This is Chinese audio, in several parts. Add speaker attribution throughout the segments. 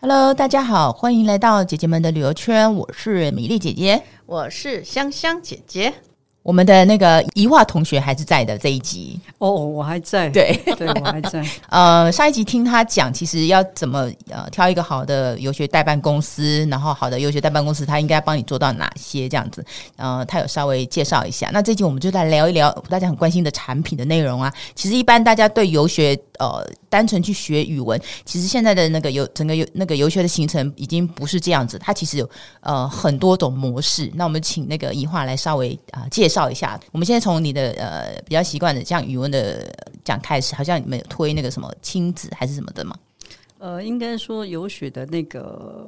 Speaker 1: Hello，大家好，欢迎来到姐姐们的旅游圈，我是米粒姐姐。
Speaker 2: 我是香香姐姐。
Speaker 1: 我们的那个怡化同学还是在的这一集，
Speaker 3: 哦，我还在，
Speaker 1: 对，
Speaker 3: 对，我还在。
Speaker 1: 呃，上一集听他讲，其实要怎么呃挑一个好的游学代办公司，然后好的游学代办公司，他应该帮你做到哪些这样子，呃，他有稍微介绍一下。那这集我们就来聊一聊大家很关心的产品的内容啊。其实一般大家对游学呃单纯去学语文，其实现在的那个游整个游那个游学的行程已经不是这样子，它其实有呃很多种模式。那我们请那个怡化来稍微啊、呃介绍一下。我们现在从你的呃比较习惯的像语文的讲开始，好像你们有推那个什么亲子还是什么的嘛？
Speaker 3: 呃，应该说有雪的那个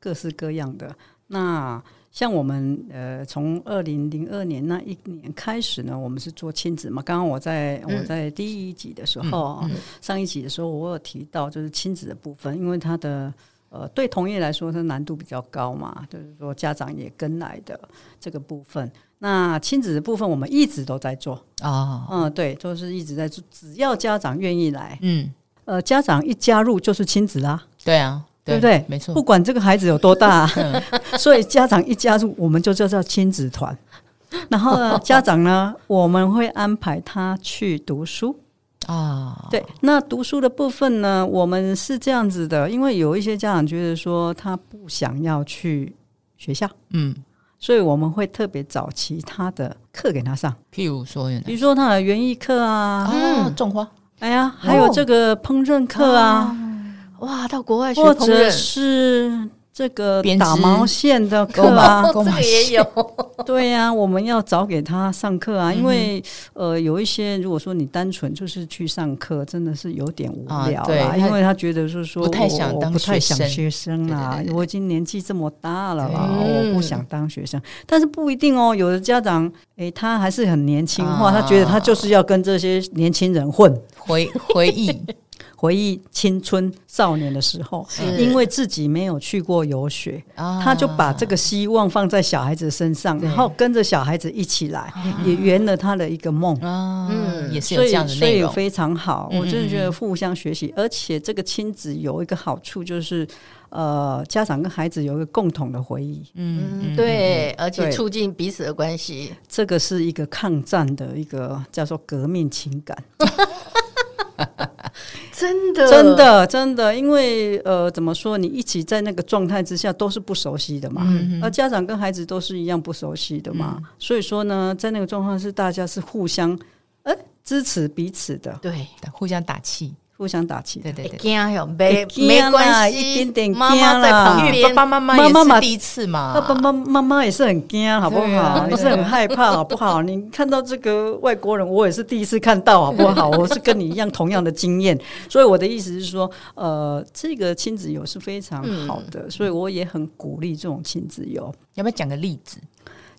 Speaker 3: 各式各样的。那像我们呃，从二零零二年那一年开始呢，我们是做亲子嘛。刚刚我在、我在第一集的时候啊、上一集的时候，我有提到就是亲子的部分，因为它的呃对同业来说，它难度比较高嘛，就是说家长也跟来的这个部分。那亲子的部分，我们一直都在做，
Speaker 1: 哦，
Speaker 3: 嗯，对，就是一直在做，只要家长愿意来，
Speaker 1: 嗯，
Speaker 3: 呃，家长一加入就是亲子啦，
Speaker 1: 对啊，
Speaker 3: 对不对？
Speaker 1: 没错
Speaker 3: 不，管这个孩子有多大、啊 所以家长一加入，我们就叫做亲子 团。然后呢，家长呢，我们会安排他去读书。
Speaker 1: 啊，
Speaker 3: 对，那读书的部分呢，我们是这样子的，因为有一些家长觉得说他不想要去学校，
Speaker 1: 嗯，
Speaker 3: 所以我们会特别找其他的课给他上，
Speaker 1: 譬如说有哪
Speaker 3: 比如说他的园艺课啊，
Speaker 1: 啊，种花
Speaker 3: 哎呀，还有这个烹饪课啊，
Speaker 2: 哇，到国外学
Speaker 3: 或
Speaker 2: 烹
Speaker 3: 者
Speaker 2: 饪，
Speaker 3: 是这个
Speaker 1: 编织
Speaker 3: 打毛线的课
Speaker 1: 啊
Speaker 3: 啊，
Speaker 1: 购
Speaker 2: 这
Speaker 1: 买
Speaker 2: 个也有，
Speaker 3: 对呀、我们要早给他上课
Speaker 1: 嗯
Speaker 3: 啊，因为呃，有一些如果说你单纯就是去上课，真的是有点无聊
Speaker 1: 啊
Speaker 3: 啦，
Speaker 1: 对他
Speaker 3: 因为他觉得就是说
Speaker 1: 不太
Speaker 3: 我
Speaker 1: 想
Speaker 3: 我
Speaker 1: 当
Speaker 3: 不太
Speaker 1: 学
Speaker 3: 想
Speaker 1: 生
Speaker 3: 学生啦，
Speaker 1: 对对对对
Speaker 3: 我已经年纪这么大了啦，
Speaker 2: 对
Speaker 3: 我不想当学生，但是不一定哦，有的家长诶，他还是很年轻
Speaker 1: 啊
Speaker 3: 化，他觉得他就是要跟这些年轻人混，
Speaker 1: 回回忆，
Speaker 3: 回忆青春少年的时候。因为自己没有去过游学，
Speaker 1: 啊
Speaker 3: 他就把这个希望放在小孩子身上，
Speaker 1: 对嗯
Speaker 3: 然后跟着小孩子一起来，也圆了他的一个梦。
Speaker 1: 啊，
Speaker 2: 嗯
Speaker 1: 也是有
Speaker 3: 所
Speaker 1: 这
Speaker 3: 以
Speaker 1: 样的
Speaker 3: 所
Speaker 1: 内
Speaker 3: 以
Speaker 1: 容，
Speaker 3: 非常好，
Speaker 1: 嗯
Speaker 3: 我真的觉得互相学习，而且这个亲子有一个好处就是，呃，家长跟孩子有一个共同的回忆，
Speaker 2: 嗯，对，而且
Speaker 3: 对
Speaker 2: 促进彼此的关系。
Speaker 3: 这个是一个抗战的一个叫做革命情感。
Speaker 2: 真的
Speaker 3: 真，的，真的，因为呃，怎么说，你一起在那个状态之下都是不熟悉的嘛，而家长跟孩子都是一样不熟悉的嘛，所以说呢，在那个状况是大家是互相呃支持彼此的，
Speaker 2: 对，
Speaker 1: 互相打气，
Speaker 3: 互相打气的
Speaker 1: 对对对。
Speaker 2: 惊哟，没
Speaker 3: 会惊
Speaker 2: 没
Speaker 3: 啦
Speaker 2: 关系，
Speaker 3: 啊一点点惊啦啊
Speaker 2: 妈妈在旁
Speaker 1: 因为
Speaker 2: 边，
Speaker 1: 啊爸爸妈妈
Speaker 3: 妈妈
Speaker 1: 也是
Speaker 3: 嘛
Speaker 1: 第一次嘛，
Speaker 3: 爸爸妈妈妈也是很惊，好不好？
Speaker 1: 啊对啊
Speaker 3: 也是很害怕，好不好？你看到这个外国人，我也是第一次看到，好不好？我是跟你一样同样的经验，所以我的意思是说，呃，这个亲子游是非常好的，所以我也很鼓励这种亲子游。
Speaker 1: 要不要讲个例子？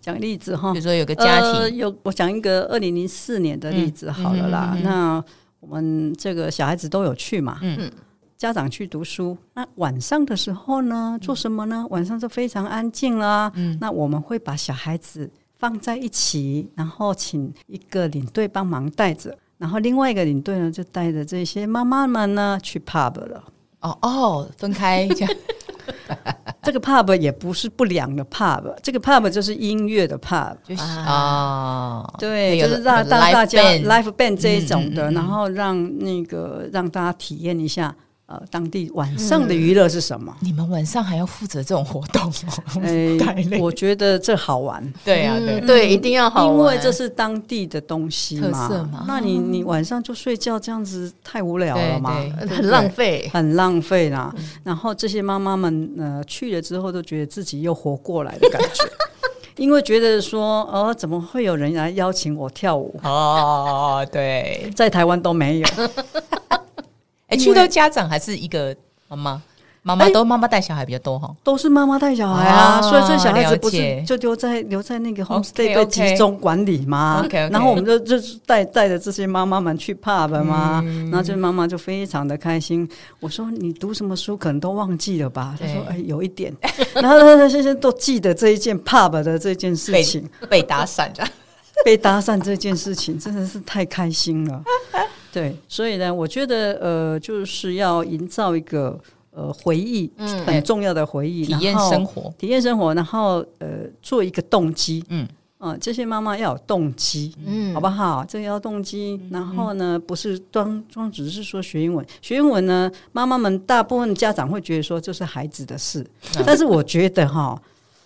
Speaker 3: 讲例子哈
Speaker 1: 比如，说有个家
Speaker 3: 呃、
Speaker 1: 庭，
Speaker 3: 有我讲一个二零零四年的例子好了啦。那我们这个小孩子都有去嘛，
Speaker 1: 嗯，
Speaker 3: 家长去读书。那晚上的时候
Speaker 1: 嗯
Speaker 3: 呢，做什么呢？晚上就非常安静啦。嗯，那我们会把小孩子放在一起，然后请一个领队帮忙带着。然后另外一个领队呢，就带着这些妈妈们呢去 pub 了。
Speaker 1: 哦哦，分开这样，
Speaker 3: 这个 pub 也不是不良的 pub，这个 pub 就是音乐的 pub。
Speaker 1: 就是
Speaker 2: 啊
Speaker 1: 啊，
Speaker 3: 对，
Speaker 1: 有
Speaker 3: 就是让让
Speaker 1: live
Speaker 3: 大家
Speaker 1: band
Speaker 3: live band 这一种
Speaker 1: 嗯
Speaker 3: 的，然后让那个让大家体验一下呃当地
Speaker 1: 嗯
Speaker 3: 晚上的娱乐是 什么。
Speaker 1: 你们晚上还要负责这种活动哦，
Speaker 3: 哎
Speaker 1: 太累。
Speaker 3: 我觉得这好玩，
Speaker 1: 对啊，
Speaker 2: 嗯
Speaker 1: 对，
Speaker 2: 对，一定要好玩，
Speaker 3: 因为这是当地的东西嘛。
Speaker 1: 特色嘛
Speaker 3: 那你你晚上就睡觉这样子太无聊了嘛，
Speaker 1: 对嗯
Speaker 3: 对不对
Speaker 2: 很浪费。
Speaker 3: 很浪费啦。 然后这些妈妈们呃去了之后，都觉得自己又活过来的感觉， 因为觉得说呃怎么会有人来邀请我跳舞，
Speaker 1: 哦，对，
Speaker 3: 在台湾都没有。
Speaker 1: 哎，
Speaker 3: 因为
Speaker 1: 去到家长还是一个妈妈，妈
Speaker 3: 哎
Speaker 1: 妈都妈妈带小孩比较多哈，
Speaker 3: 都是妈妈带小孩啊，
Speaker 1: 哦
Speaker 3: 所以这小孩
Speaker 1: 了
Speaker 3: 子不
Speaker 1: 解
Speaker 3: 是就留在留在那个
Speaker 1: OK，OK
Speaker 3: homestay 被集中管理吗
Speaker 1: OK，OK
Speaker 3: 然后我们就就是带带着这些妈妈们去 pub 嘛，
Speaker 1: 嗯
Speaker 3: 然后这妈妈就非常的开心。我说你读什么书可能都忘记了吧？她
Speaker 1: 对
Speaker 3: 说哎有一点， 然后她她现在都记得这一件 pub 的这件事 情，
Speaker 1: 被打散 这样。
Speaker 3: 被搭讪这件事情真的是太 开心了。对，所以呢，我觉得呃，就是要营造一个呃回忆，
Speaker 2: 嗯
Speaker 3: 很重要的回忆，
Speaker 1: 哎体验生
Speaker 3: 活，
Speaker 1: 活，
Speaker 3: 体验生活，然后呃做一个动机，
Speaker 1: 嗯
Speaker 3: 嗯、这些妈妈要有动机，
Speaker 2: 嗯
Speaker 3: 好不好？这个要动机，然后呢，不是装装，只是说学英文。学英文呢，妈妈们大部分家长会觉得说这是孩子的事，但是我觉得哈，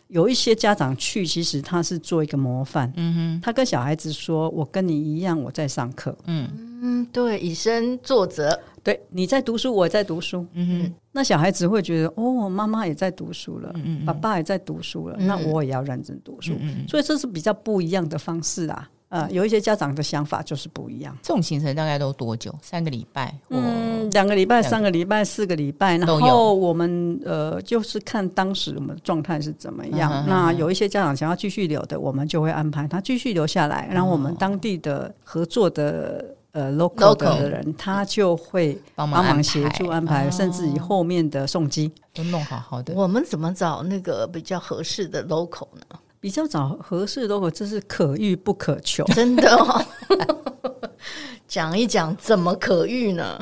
Speaker 3: 有一些家长去，其实他是做一个模范。嗯哼，他跟小孩子说：“我跟你一样，我在上课，
Speaker 2: 嗯，对，以身作则，
Speaker 3: 对，你在读书，我也在读书。”嗯哼，那小孩子会觉得：“哦，妈妈也在读书
Speaker 1: 嗯
Speaker 3: 了，爸爸也在读书了，
Speaker 2: 嗯
Speaker 3: 那我也要认真读书。
Speaker 1: 嗯
Speaker 3: 所以这是比较不一样的方式啊。呃，有一些家长的想法就是不一样。
Speaker 1: 这种行程大概都多久？三个礼拜或
Speaker 3: 嗯，两个礼拜、
Speaker 1: 哦两个
Speaker 3: 三个礼拜、四个礼拜，然
Speaker 1: 都有
Speaker 3: 后我们呃，就是看当时我们的状态是怎么样。
Speaker 1: 嗯哼
Speaker 3: 那
Speaker 1: 嗯哼
Speaker 3: 有一些家长想要继续留的，我们就会安排他继续留下来，然后我
Speaker 1: 哦
Speaker 3: 们当地的合作的。呃，local 的人他就会
Speaker 1: 帮
Speaker 3: 帮
Speaker 1: 忙安
Speaker 3: 忙
Speaker 1: 排
Speaker 3: 协助安排，甚至于后面的送机。
Speaker 1: 都弄好好的。
Speaker 2: 我们怎么找那个比较合适的 local 呢？
Speaker 3: 比较早合适的，我这是可遇不可求。
Speaker 2: 真的哦， 讲一讲怎么可遇呢？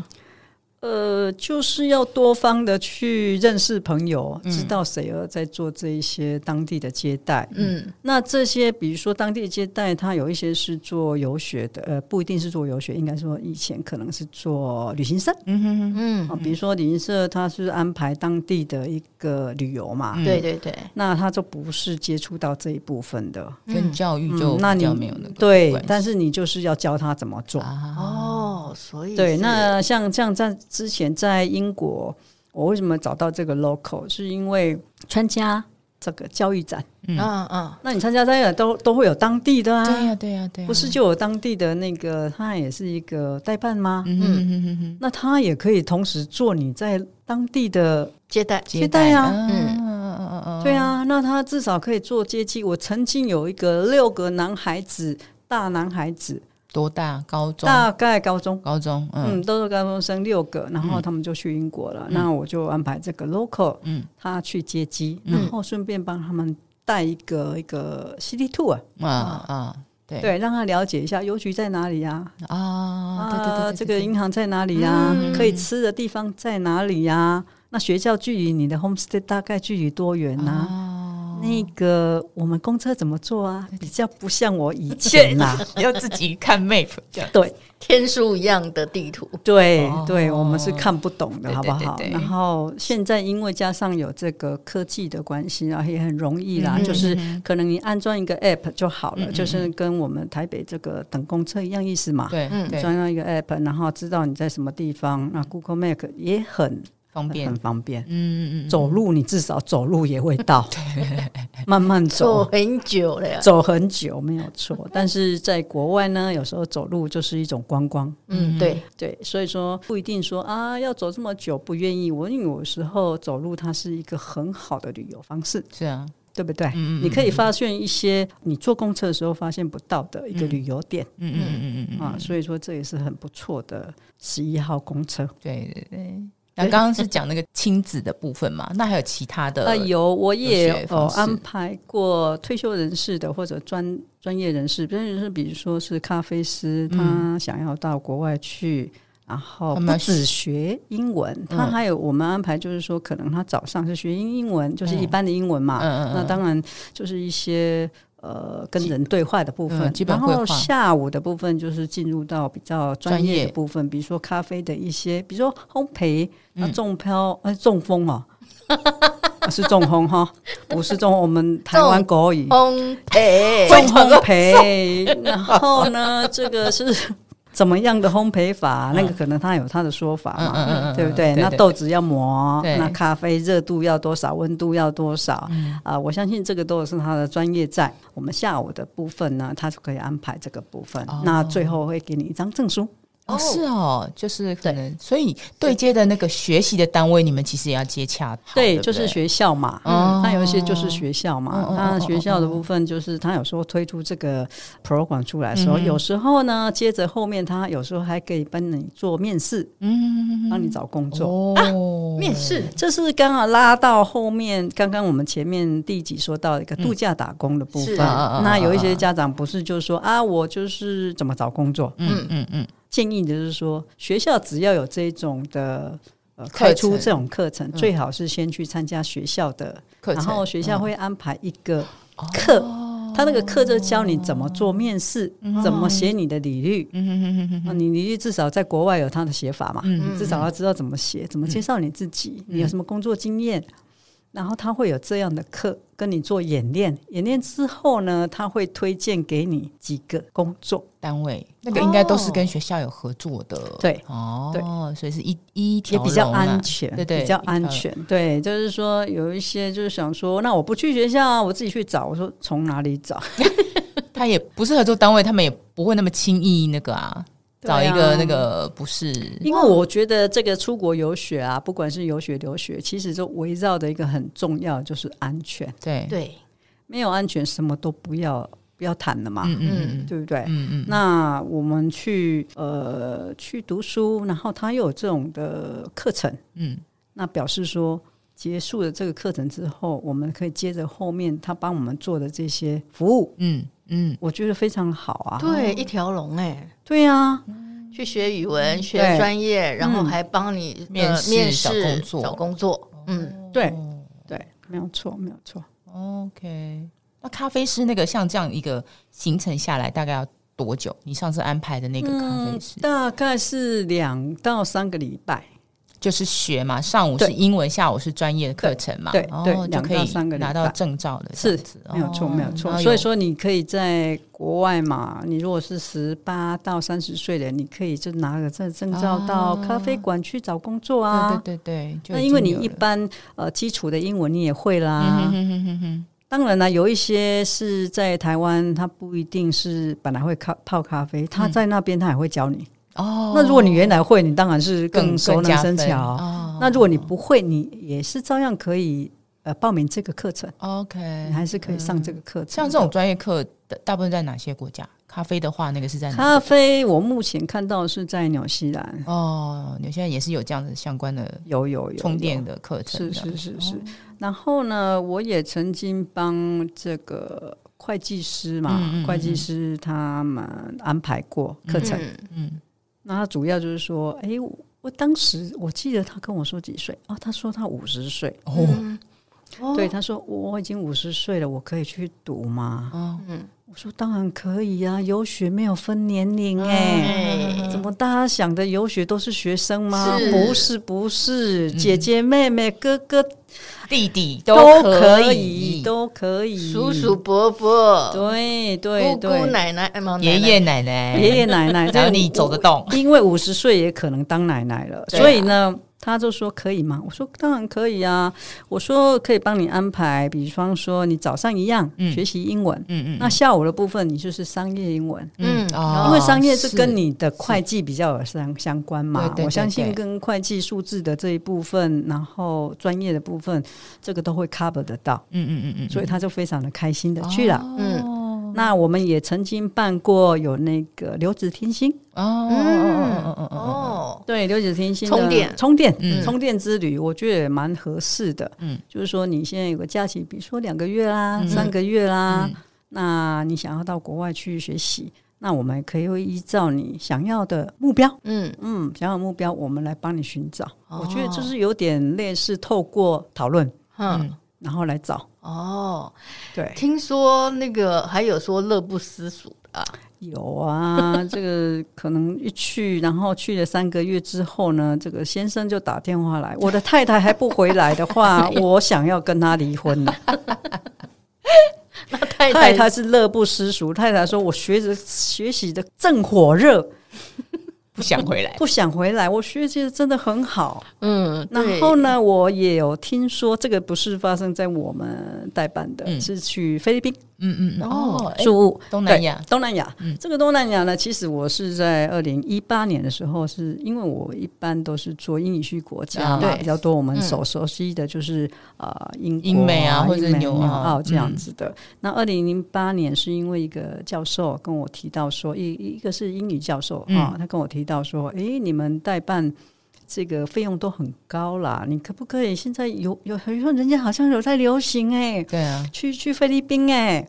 Speaker 3: 呃，就是要多方的去认识朋友，知道谁儿在做这一些当地的接待。
Speaker 2: 嗯
Speaker 3: 那这些，比如说当地接待，他有一些是做游学的，呃，不一定是做游学，应该说以前可能是做旅行社
Speaker 2: 嗯，
Speaker 3: 啊、比如说旅行社，他是安排当地的一个旅游嘛，
Speaker 2: 对对对，
Speaker 3: 那他就不是接触到这一部分的，
Speaker 1: 跟教育就
Speaker 3: 嗯那
Speaker 1: 比
Speaker 3: 你
Speaker 1: 较没有那个
Speaker 3: 对
Speaker 1: 关系，
Speaker 3: 但是你就是要教他怎么做。
Speaker 1: 啊，
Speaker 2: 哦，所以
Speaker 3: 对，
Speaker 2: 是
Speaker 3: 那像像在之前在英国，我为什么找到这个 local，是因为参加这个教育展，
Speaker 2: 嗯嗯，
Speaker 3: 那你参加这个都都会有当地的啊，
Speaker 1: 对呀对呀对呀，
Speaker 3: 不是就有当地的那个，他也是一个代办吗？
Speaker 1: 嗯哼哼哼哼
Speaker 3: 那他也可以同时做你在当地的，
Speaker 2: 接待
Speaker 3: 接待啊
Speaker 1: 嗯
Speaker 2: 嗯
Speaker 1: 嗯嗯嗯嗯，
Speaker 3: 对啊，那他至少可以做接机。我曾经有一个六个男孩子，大男孩子，
Speaker 1: 多大？高中
Speaker 3: 大概高中。
Speaker 1: 高中嗯
Speaker 3: 嗯，都是高中生六个，然后他们就去英国了。那我就安排这个 local，
Speaker 1: 嗯
Speaker 3: 他去接机，
Speaker 2: 嗯
Speaker 3: 然后顺便帮他们带一个一个 city tour，、
Speaker 1: 啊啊对
Speaker 3: 对，让他了解一下邮局在哪里呀、
Speaker 1: 啊对
Speaker 3: 啊，
Speaker 1: 对对
Speaker 3: 这
Speaker 1: 对
Speaker 3: 个
Speaker 1: 对，
Speaker 3: 银行在哪里呀、啊
Speaker 2: 嗯
Speaker 3: 可以吃的地方在哪里呀、那学校距离你的 homestay 大概距离多远呐、
Speaker 1: 啊哦
Speaker 3: 那个我们公车怎么坐啊？比较不像我以前啦、
Speaker 1: 要自己看 map 这样。
Speaker 3: 对
Speaker 2: 天书一样的地图，
Speaker 3: 对、
Speaker 1: 哦
Speaker 3: 对，我们是看不懂的，
Speaker 1: 对
Speaker 3: 好不好
Speaker 1: 哦对对对
Speaker 3: 然后现在因为加上有这个科技的关系啊，也很容易啦，
Speaker 2: 嗯
Speaker 3: 就是可能你安装一
Speaker 1: 嗯
Speaker 3: 个 app 就好了，就是跟我们台北这个等公车一样意思嘛。
Speaker 1: 对
Speaker 2: 嗯
Speaker 1: 对，
Speaker 3: 装上一个 app，然后知道你在什么地方。那 Google Map 也很
Speaker 1: 方便
Speaker 3: 很。方便。
Speaker 1: 嗯嗯嗯，
Speaker 3: 走路你至少走路也会 到，慢慢
Speaker 2: 做
Speaker 3: 走，
Speaker 2: 很久了呀，
Speaker 3: 走很久没有错。但是在国外呢，有时候走路就是一种观光，
Speaker 2: 嗯，对，
Speaker 3: 对，所以说不一定说啊要走这么久不愿意。我因为有时候走路它是一个很好的旅游方式，
Speaker 1: 是啊，
Speaker 3: 对不对？你
Speaker 1: 嗯
Speaker 3: 可以发现一些你坐公车的时候发现不到的一个旅游点。
Speaker 1: 嗯嗯嗯嗯嗯，
Speaker 3: 啊，所以说这也是很不错的十一号公车。
Speaker 1: 对对对。那刚刚是讲那个亲子的部分嘛，那还有其他的？
Speaker 3: 啊，有我也
Speaker 1: 有些
Speaker 3: 有
Speaker 1: 方式
Speaker 3: 安排过退休人士的或者专专业人士，专业人士比如说是咖啡师，
Speaker 1: 嗯
Speaker 3: 他想要到国外去。然后
Speaker 1: 他
Speaker 3: 不
Speaker 1: 们
Speaker 3: 只学英文，他
Speaker 1: 嗯
Speaker 3: 还有我们安排，就是说可能他早上是学英英文，就是一般的英文嘛。
Speaker 1: 嗯嗯嗯
Speaker 3: 啊那当然就是一些呃跟人对话的部分
Speaker 1: 嗯，基本
Speaker 3: 然
Speaker 1: 绘画
Speaker 3: 后下午的部分就是进入到比较专
Speaker 1: 专
Speaker 3: 业
Speaker 1: 业嗯
Speaker 3: 的部分，比如说咖啡的一些，比如说烘焙，那中飘呃中风哦，啊是中风哈，不是中我们台湾国
Speaker 1: 嗯
Speaker 3: 语
Speaker 2: 烘焙
Speaker 3: 中烘焙，然后呢，这个是 怎么样的烘焙法？那个可能它有它的说法
Speaker 1: 嗯嗯嗯
Speaker 3: 嘛，
Speaker 1: 嗯
Speaker 3: 对不对？
Speaker 1: 对
Speaker 3: 那
Speaker 1: 对
Speaker 3: 豆子要磨，
Speaker 1: 对嗯
Speaker 3: 那咖啡热度要多少，温度要多少啊？我相信这个都是他的专业在。我们下午的部分呢，他就可以安排这个部分
Speaker 1: 哦。
Speaker 3: 那最后会给你一张证书。
Speaker 1: 哦，是哦，就是可能，所以对接的那个学习的单位，你们其实也要接洽好，
Speaker 3: 对，
Speaker 1: 不
Speaker 3: 就是学校嘛，
Speaker 1: 哦
Speaker 3: 嗯，那有一些就是学校嘛
Speaker 1: 哦哦哦，
Speaker 3: 那学校的部分就是他有时候推出这个 program 出来的时候，有时候呢，接着后面他有时候还可以帮你做面试，嗯，帮你找工作。
Speaker 1: 哦，
Speaker 2: 面试，
Speaker 3: 这是刚好拉到后面，刚刚我们前面第一集说到一个度假打工的部分
Speaker 2: 是啊啊
Speaker 1: 啊啊，
Speaker 3: 那有一些家长不是就说啊，我就是怎么找工作，
Speaker 1: 嗯嗯嗯，
Speaker 3: 建议的就是说，学校只要有这种的呃开
Speaker 1: 课
Speaker 3: 出
Speaker 1: 程
Speaker 3: 这种课程，最好是先去参加学校的，
Speaker 1: 课
Speaker 3: 然
Speaker 1: 程嗯哦
Speaker 3: 后学校会安排一个课，他那个课就教你怎么做面试，怎么写你的履历。
Speaker 1: 嗯哼哼哼哼
Speaker 3: 啊，你履历至少在国外有他的写法嘛，
Speaker 1: 嗯
Speaker 3: 至少要知道怎么写，怎么介绍你自己，你有什么工作经验。然后他会有这样的课跟你做演练，演练之后呢，他会推荐给你几个工作。
Speaker 1: 单位那个应该都是
Speaker 2: 哦
Speaker 1: 跟学校有合作的，
Speaker 3: 对
Speaker 1: 哦，
Speaker 3: 对
Speaker 1: 所以是一一
Speaker 3: 也
Speaker 1: 条
Speaker 3: 比较
Speaker 1: 龙啊
Speaker 3: 安全，
Speaker 1: 对对，
Speaker 3: 比较
Speaker 1: 一条
Speaker 3: 安全。对，就是说有一些就是想说，那我不去学校啊，我自己去找。我说从哪里找？
Speaker 1: 他也不是合作单位，他们也不会那么轻易那个啊，
Speaker 3: 对啊
Speaker 1: 找一个那个不是
Speaker 3: 因为我觉得这个出国游学啊，不管是游学、留学，其实就围绕的一个很重要就是安全，
Speaker 1: 对，
Speaker 2: 对，
Speaker 3: 没有安全什么都不要不要谈了嘛，
Speaker 1: 嗯嗯
Speaker 3: 啊对不对？
Speaker 1: 嗯嗯
Speaker 3: 那我们去呃去读书，然后他又有这种的课程，
Speaker 1: 嗯
Speaker 3: 那表示说结束了这个课程之后，我们可以接着后面他帮我们做的这些服务，
Speaker 1: 嗯嗯
Speaker 3: 我觉得非常好啊。
Speaker 1: 哦
Speaker 2: 对，一条龙哎、
Speaker 3: 对啊，
Speaker 1: 嗯
Speaker 2: 去学语文，学
Speaker 3: 对
Speaker 2: 专业，然后
Speaker 3: 嗯
Speaker 2: 还帮你、呃
Speaker 1: 面试
Speaker 2: 面
Speaker 1: 找
Speaker 2: 试
Speaker 1: 工作哦
Speaker 2: 找工作。嗯，
Speaker 3: 对对，没有错，没有错。
Speaker 1: 嗯，OK。那咖啡师那个像这样一个行程下来，大概要多久？你上次安排的那个咖啡师、
Speaker 3: 嗯大概是两到三个礼拜，
Speaker 1: 就是学嘛，上午是
Speaker 3: 对
Speaker 1: 英文，下午是专业的课程嘛，
Speaker 3: 对
Speaker 1: 哦
Speaker 3: 对
Speaker 1: 就
Speaker 3: 两
Speaker 1: 可
Speaker 3: 到
Speaker 1: 以
Speaker 3: 三个礼
Speaker 1: 拿到
Speaker 3: 拜
Speaker 1: 证照的，
Speaker 3: 是
Speaker 1: 这样子
Speaker 3: 没有错，
Speaker 1: 哦
Speaker 3: 没有错
Speaker 1: 然。后
Speaker 3: 所以
Speaker 1: 有
Speaker 3: 说，你可以在国外嘛，你如果是十八到三十岁的，你可以就拿个这证照到咖啡馆去找工作啊。
Speaker 1: 对对对对，就
Speaker 3: 那
Speaker 1: 已
Speaker 3: 因为你
Speaker 1: 经有
Speaker 3: 一
Speaker 1: 了
Speaker 3: 般呃基础的英文你也会啦，
Speaker 1: 嗯哼哼哼哼
Speaker 3: 当然啦，有一些是在台湾，他不一定是本来会咖泡咖啡，他在那边他也会教你。
Speaker 1: 哼嗯哦，
Speaker 3: 那如果你原来会，你当然是更熟
Speaker 1: 更
Speaker 3: 能生
Speaker 1: 加分
Speaker 3: 巧。
Speaker 1: 哦
Speaker 3: 那如果你不会，你也是照样可以呃报名这个课程，你
Speaker 1: OK，
Speaker 3: 还是可以上这个课程。
Speaker 1: 像这种专业课的，大部分在哪些国家？咖啡的话，那个是在哪
Speaker 3: 咖啡，我目前看到是在纽西兰
Speaker 1: 哦，你现在也是有这样子相关的
Speaker 3: 有有有有
Speaker 1: 充电的课程
Speaker 3: 是
Speaker 1: 的，哦
Speaker 3: 是是是。然后呢，我也曾经帮这个会计师嘛，
Speaker 1: 嗯嗯嗯
Speaker 3: 会计师他们安排过课程。
Speaker 2: 嗯
Speaker 1: 嗯，
Speaker 3: 那他主要就是说，哎、我我当时我记得他跟我说几岁啊？他说他五十岁，
Speaker 1: 哦，
Speaker 2: 哦
Speaker 3: 对，他说我已经五十岁了，我可以去读吗？
Speaker 2: 嗯，
Speaker 3: 我说当然可以啊，游学没有分年
Speaker 1: 嗯
Speaker 3: 龄哎、
Speaker 2: 哎，
Speaker 3: 怎么大家想的游学都是学生吗？
Speaker 2: 是嗯
Speaker 3: 不是不是，姐姐妹妹哥哥
Speaker 1: 弟弟
Speaker 3: 可
Speaker 1: 可
Speaker 3: 以，都可以，
Speaker 2: 叔叔伯伯、
Speaker 3: 对对
Speaker 2: 姑
Speaker 3: 对
Speaker 2: 姑、，奶奶、哎妈
Speaker 1: 爷爷奶奶，
Speaker 3: 爷爷奶奶，
Speaker 1: 只要
Speaker 3: 这
Speaker 1: 你走得动，
Speaker 3: 因为五十岁也可能当奶奶了，
Speaker 2: 对啊
Speaker 3: 所以呢，他就说可以吗？我说当然可以啊，我说可以帮你安排，比方说你早上一样、
Speaker 1: 嗯
Speaker 3: 学习英文，
Speaker 1: 嗯嗯
Speaker 3: 那下午的部分你就是商业英文。
Speaker 1: 嗯
Speaker 2: 嗯，
Speaker 1: 哦
Speaker 3: 因为商业是
Speaker 1: 是
Speaker 3: 跟你的会计比较有相相关嘛，
Speaker 1: 对对对
Speaker 3: 我相信
Speaker 1: 对
Speaker 3: 跟会计数字的这一部分，然后专业的部分，这个都会 cover 得到，
Speaker 1: 嗯嗯嗯嗯，哦
Speaker 3: 所以他就非常的开心的去了。
Speaker 1: 嗯
Speaker 3: 那我们也曾经办过有那个留职停薪，
Speaker 1: 哦
Speaker 2: 嗯
Speaker 1: 哦哦哦哦
Speaker 2: 哦，
Speaker 3: 对，留子天心的
Speaker 2: 充电
Speaker 3: 充电，
Speaker 1: 嗯
Speaker 3: 充电之旅，我觉得也蛮合适的。
Speaker 1: 嗯
Speaker 3: 嗯，就是说你现在有个假期，比如说两个月啦、
Speaker 1: 嗯
Speaker 3: 三个月啦，
Speaker 1: 嗯
Speaker 3: 那你想要到国外去学习，那我们可以会依照你想要的目标，
Speaker 2: 嗯，
Speaker 3: 嗯，想要的目标，我们来帮你寻找。
Speaker 2: 哦
Speaker 3: 我觉得就是有点类似透过讨论，
Speaker 2: 嗯，
Speaker 3: 然后来找。
Speaker 2: 哦，
Speaker 3: 对，
Speaker 2: 听说那个还有说乐不思蜀的啊，
Speaker 3: 有啊， 这个可能一去，然后去了三个月之后呢，这个先生就打电话来，我的太太还不回来的话，我想要跟他离婚了。
Speaker 2: 那太
Speaker 3: 太
Speaker 2: 太
Speaker 3: 太是乐不思蜀，太太说我学着学习的正火热，嗯
Speaker 1: 不想回来，
Speaker 3: 不想回来，我学习的真的很好。
Speaker 2: 嗯，对
Speaker 3: 然后呢，我也有听说，这个不是发生在我们代办的，
Speaker 1: 嗯
Speaker 3: 是去菲律宾
Speaker 1: 嗯嗯哦，
Speaker 3: 住务。
Speaker 1: 东南亚
Speaker 3: 对，东南亚，
Speaker 1: 嗯
Speaker 3: 这个东南亚呢，其实我是在二零一八年的时候是，因为我一般都是做英语系国家
Speaker 1: 啊
Speaker 3: 嘛，
Speaker 2: 对
Speaker 3: 比较多我们所熟悉的就是、呃英国
Speaker 1: 英美啊
Speaker 3: 啊
Speaker 1: 或者
Speaker 3: 英美
Speaker 1: 纽澳嗯
Speaker 3: 纽澳这样子的。那二零零八年是因为一个教授跟我提到说，一一个是英语教授啊、
Speaker 1: 嗯
Speaker 3: 他跟我提到说，诶，你们代办。这个费用都很高啦，你可不可以现在有有很多人家好像有在流行哎、
Speaker 1: 对啊，
Speaker 3: 欸去去菲律宾哎、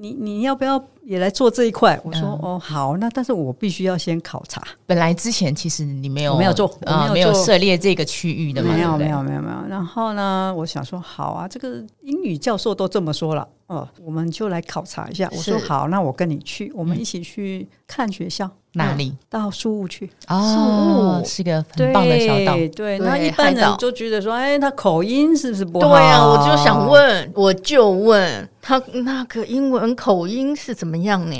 Speaker 3: 你你要不要也来做这一块。我说、哦，好，那但是我必须要先考察。
Speaker 1: 本来之前其实你没有
Speaker 3: 我没有做我
Speaker 1: 呃，没
Speaker 3: 没有
Speaker 1: 有
Speaker 3: 做
Speaker 1: 涉猎这个区域的嘛，
Speaker 3: 没
Speaker 1: 对
Speaker 3: 有
Speaker 1: 不对
Speaker 3: 没有没有没有。然后呢，我想说好啊，这个英语教授都这么说了，哦，我们就来考察一下。我说
Speaker 2: 是
Speaker 3: 好，那我跟你去，我们一起去看学校，
Speaker 1: 哪里
Speaker 3: 到苏务去。
Speaker 1: 哦，
Speaker 2: 宿
Speaker 1: 是个很棒的小岛，
Speaker 3: 嗯对对，那
Speaker 2: 对
Speaker 3: 一般
Speaker 2: 海
Speaker 3: 人
Speaker 2: 岛
Speaker 3: 就觉得说，哎，他口音是不是不
Speaker 2: 对
Speaker 3: 好？
Speaker 2: 啊，我就想问，我就问他那个英文口音是怎么样呢？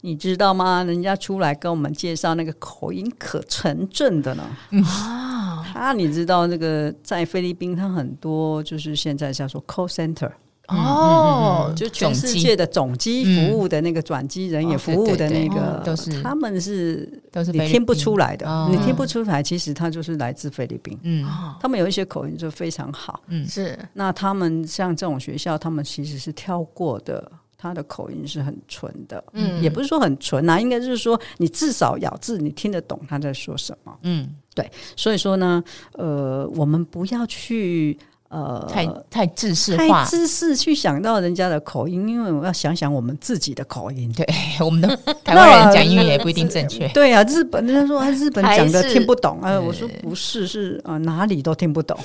Speaker 3: 你知道吗？人家出来跟我们介绍那个口音可纯正的呢。
Speaker 2: 啊，
Speaker 3: 他你知道那个在菲律宾，他很多就是现在叫做 call center，
Speaker 2: 哦，
Speaker 3: 就全世界的总机服务的那个转机人也服务的那
Speaker 1: 哦对对
Speaker 3: 个，
Speaker 1: 对哦都是
Speaker 3: 他们是
Speaker 1: 都是菲律
Speaker 3: 你
Speaker 1: 宾
Speaker 3: 听不出来的
Speaker 1: 哦，
Speaker 3: 你听不出来，其实他就是来自菲律宾。
Speaker 1: 嗯，
Speaker 3: 他们有一些口音就非常好，
Speaker 2: 哦是
Speaker 3: 那他们像这种学校，他们其实是跳过的，他的口音是很纯的，
Speaker 2: 嗯
Speaker 3: 也不是说很纯啊，应该就是说你至少咬字你听得懂他在说什么，
Speaker 1: 嗯，
Speaker 3: 对，所以说呢，呃，我们不要去呃
Speaker 1: 太太制式
Speaker 3: 太
Speaker 1: 化，
Speaker 3: 自私去想到人家的口音，因为我要想想我们自己的口音。
Speaker 1: 对 我 们的台湾人讲英语也不一定正确，
Speaker 3: 对啊，日本人家说啊，日本讲的
Speaker 2: 还是
Speaker 3: 听不懂啊，
Speaker 1: 对
Speaker 3: 我说不是，是啊、呃哪里都听不懂。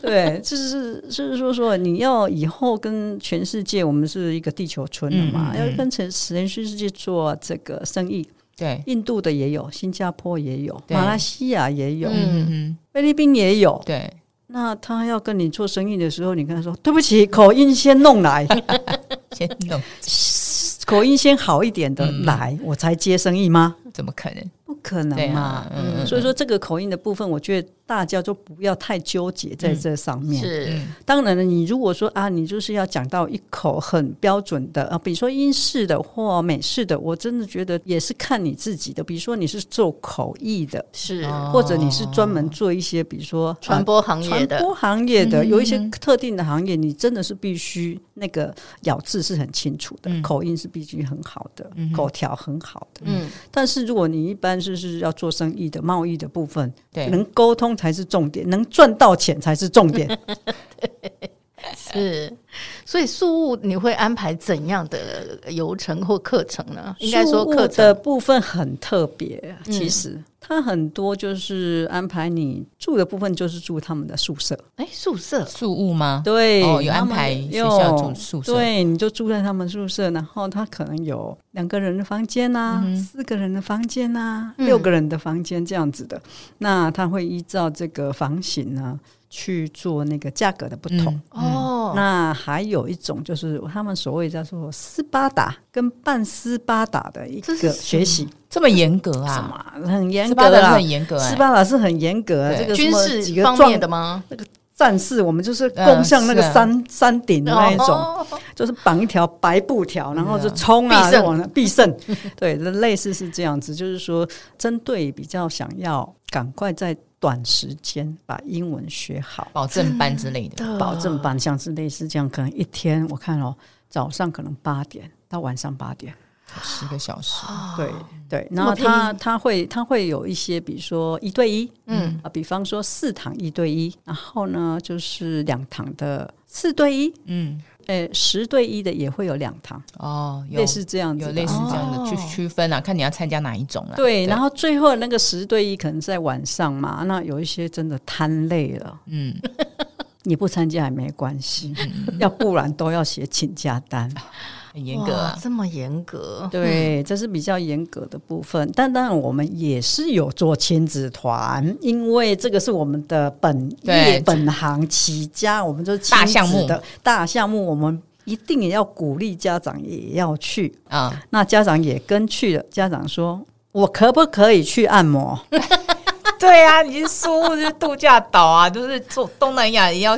Speaker 3: 对，就是就是说说你要以后跟全世界，我们是一个地球村的嘛，
Speaker 1: 嗯嗯嗯
Speaker 3: 要跟全全世界做这个生意，
Speaker 1: 对，
Speaker 3: 印度的也有，新加坡也有，
Speaker 1: 对
Speaker 3: 马来西亚也有，
Speaker 1: 嗯嗯，
Speaker 3: 菲律宾也有。
Speaker 1: 对，
Speaker 3: 那他要跟你做生意的时候，你跟他说对不起，口音先弄来。
Speaker 1: 先弄
Speaker 3: 口音先好一点
Speaker 1: 嗯
Speaker 3: 的来，我才接生意吗？
Speaker 1: 怎么可能？
Speaker 3: 不可
Speaker 1: 对
Speaker 3: 能嘛
Speaker 1: 啊。，嗯，
Speaker 3: 所以说这个口音的部分，我觉得大家就不要太纠结在
Speaker 1: 嗯
Speaker 3: 这上面。嗯
Speaker 2: 是，
Speaker 3: 当然了，你如果说啊，你就是要讲到一口很标准的啊，比如说英式的或美式的，我真的觉得也是看你自己的。比如说你是做口译的，
Speaker 2: 是
Speaker 1: 哦
Speaker 3: 或者你是专门做一些，比如说
Speaker 2: 传。播行
Speaker 3: 啊
Speaker 2: 业
Speaker 3: 传
Speaker 2: 的，
Speaker 3: 播行业的有一些
Speaker 1: 嗯
Speaker 3: 特定的行业，你真的是必须那个咬字是很清楚的，
Speaker 1: 嗯
Speaker 3: 口音是必须很好的，
Speaker 1: 嗯哼
Speaker 3: 口条很好的。
Speaker 2: 嗯，
Speaker 3: 但是如果你一般是是要做生意的、贸易的部分，
Speaker 1: 对，
Speaker 3: 能沟通才是重点，能赚到钱才是重点。
Speaker 2: 是。所以宿务你会安排怎样的游程或课程呢？ 应该说
Speaker 3: 事务
Speaker 2: 课
Speaker 3: 的
Speaker 2: 程嗯
Speaker 3: 部分很特别，其实、它很多就是安排你住的部分，就是住他们的宿舍，
Speaker 2: 哎，宿舍
Speaker 1: 宿务吗？
Speaker 3: 对，
Speaker 1: 哦有
Speaker 3: 他
Speaker 1: 安
Speaker 3: 们
Speaker 1: 排
Speaker 3: 有
Speaker 1: 学校住宿舍
Speaker 3: 对，你就住在他们宿舍，然后他可能有两个人的房间呐、
Speaker 1: 嗯
Speaker 3: 四个人的房间呐、
Speaker 2: 嗯
Speaker 3: 六个人的房间这样子的，那他会依照这个房型呢。去做那个价格的不
Speaker 1: 嗯
Speaker 3: 同，
Speaker 2: 哦，
Speaker 3: 那还有一种就是他们所谓叫做斯巴达跟半斯巴达的一
Speaker 2: 这
Speaker 3: 个
Speaker 2: 是
Speaker 3: 学习，
Speaker 1: 这么严格
Speaker 3: 什
Speaker 1: 啊？
Speaker 3: 么很严
Speaker 1: 斯
Speaker 3: 格
Speaker 1: 巴达是
Speaker 3: 啊。
Speaker 1: 很严格，哎
Speaker 3: 斯巴达是很严格啊，
Speaker 1: 对
Speaker 3: 这个
Speaker 2: 军
Speaker 3: 什么几
Speaker 2: 事
Speaker 3: 个
Speaker 2: 方面
Speaker 3: 壮
Speaker 2: 的吗？
Speaker 3: 战士，我们就是
Speaker 1: 嗯
Speaker 3: 攻向那个
Speaker 1: 是啊
Speaker 3: 山、山顶的那一种，
Speaker 2: 哦
Speaker 3: 就是绑一条白布条，然后就冲
Speaker 2: 必
Speaker 3: 啊，
Speaker 2: 胜
Speaker 3: 就往那必胜。对，就类似是这样子，就是说针对比较想要赶快在短时间把英文学好，
Speaker 1: 保证班之类的，
Speaker 3: 保证班像是类似这样，可能一天我看哦，早上可能八点到晚上八点。
Speaker 1: 十个小时，
Speaker 2: 哦
Speaker 3: 对对，
Speaker 2: 啊么
Speaker 3: 然后
Speaker 2: 便
Speaker 3: 他他会他会有一些，比如说一对一，
Speaker 2: 嗯
Speaker 3: 啊，比方说四堂一对一，然后呢就是两堂的四对一，
Speaker 1: 嗯，
Speaker 3: 呃，十对一的也会有两堂，
Speaker 1: 哦，有
Speaker 3: 类似这样子
Speaker 1: 有
Speaker 3: 的，
Speaker 1: 类似这样的去
Speaker 2: 哦
Speaker 1: 区分啊，看你要参加哪一种了。
Speaker 3: 对，然后最后那个十对一可能在晚上嘛，那有一些真的贪累了，
Speaker 1: 嗯，
Speaker 3: 你不参加也没关系，要不然都要写请假 单。
Speaker 1: 很严格
Speaker 2: 哇
Speaker 1: 啊，
Speaker 2: 这么严格，
Speaker 3: 对，这是比较严格的部分。但当然，我们也是有做亲子团，因为这个是我们的本业
Speaker 1: 对、
Speaker 3: 本行起家，我们就是亲
Speaker 1: 大项
Speaker 3: 子
Speaker 1: 目
Speaker 3: 的大项目，我们一定也要鼓励家长也要去。
Speaker 1: 啊，
Speaker 3: 那家长也跟去了，家长说。我可不可以去按摩？
Speaker 1: 对啊，你是说是度假岛啊，就是做东南亚也要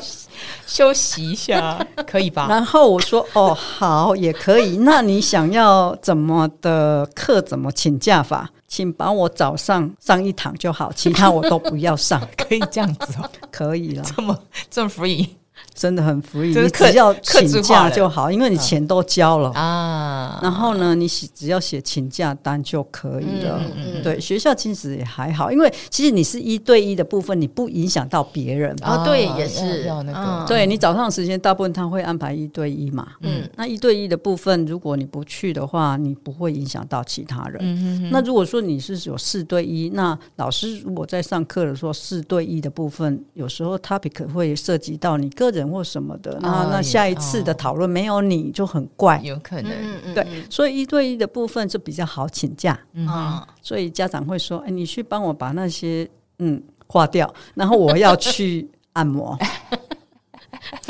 Speaker 1: 休息一下，可以吧？
Speaker 3: 然后我说哦，好，也可以。那你想要怎么的课，怎么请假法？请把我早上上一堂就好，其他我都不要上，
Speaker 1: 可以这样子哦，
Speaker 3: 可以了。
Speaker 1: 这么这么 free，
Speaker 3: 真的很福利，
Speaker 1: 就是
Speaker 3: 你
Speaker 1: 客
Speaker 3: 只要
Speaker 1: 客制
Speaker 3: 请
Speaker 1: 化
Speaker 3: 假
Speaker 1: 了
Speaker 3: 就好，因为你钱都交了。
Speaker 1: 啊，
Speaker 3: 然后呢，你写只要写请假单就可以了。
Speaker 2: 嗯嗯嗯
Speaker 3: 对，学校其实也还好，因为其实你是一对一的部分，你不影响到别人。
Speaker 2: 哦，对，
Speaker 1: 啊
Speaker 2: 也是
Speaker 1: 要要那个
Speaker 2: 嗯
Speaker 3: 对你早上的时间，大部分他会安排一对一嘛。
Speaker 2: 嗯
Speaker 3: 那一对一的部分，如果你不去的话，你不会影响到其他人。
Speaker 1: 嗯哼哼
Speaker 3: 那如果说你是有四对一，那老师如果在上课的时候四对一的部分，有时候 topic 会涉及到你个人或什么的，那
Speaker 1: 哦
Speaker 3: 那
Speaker 1: 也
Speaker 3: 下一次的讨论没有你就很怪。
Speaker 1: 有可能，
Speaker 2: 嗯嗯
Speaker 3: 对，所以一对一的部分就比较好请假，
Speaker 1: 嗯哼
Speaker 2: 啊，
Speaker 3: 所以家长会说：“哎，你去帮我把那些嗯划掉，然后我要去按摩。”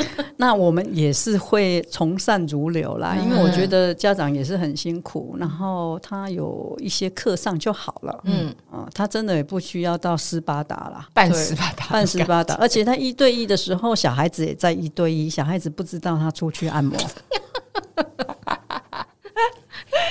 Speaker 3: 那我们也是会从善如流啦，因为我觉得家长也是很辛苦，然后他有一些课上就好了，
Speaker 2: 嗯
Speaker 3: 啊，他真的也不需要到斯巴达啦，
Speaker 1: 半
Speaker 3: 对
Speaker 1: 死吧，他
Speaker 3: 半斯巴达，而且他一对一的时候，小孩子也在一对一，小孩子不知道他出去按摩，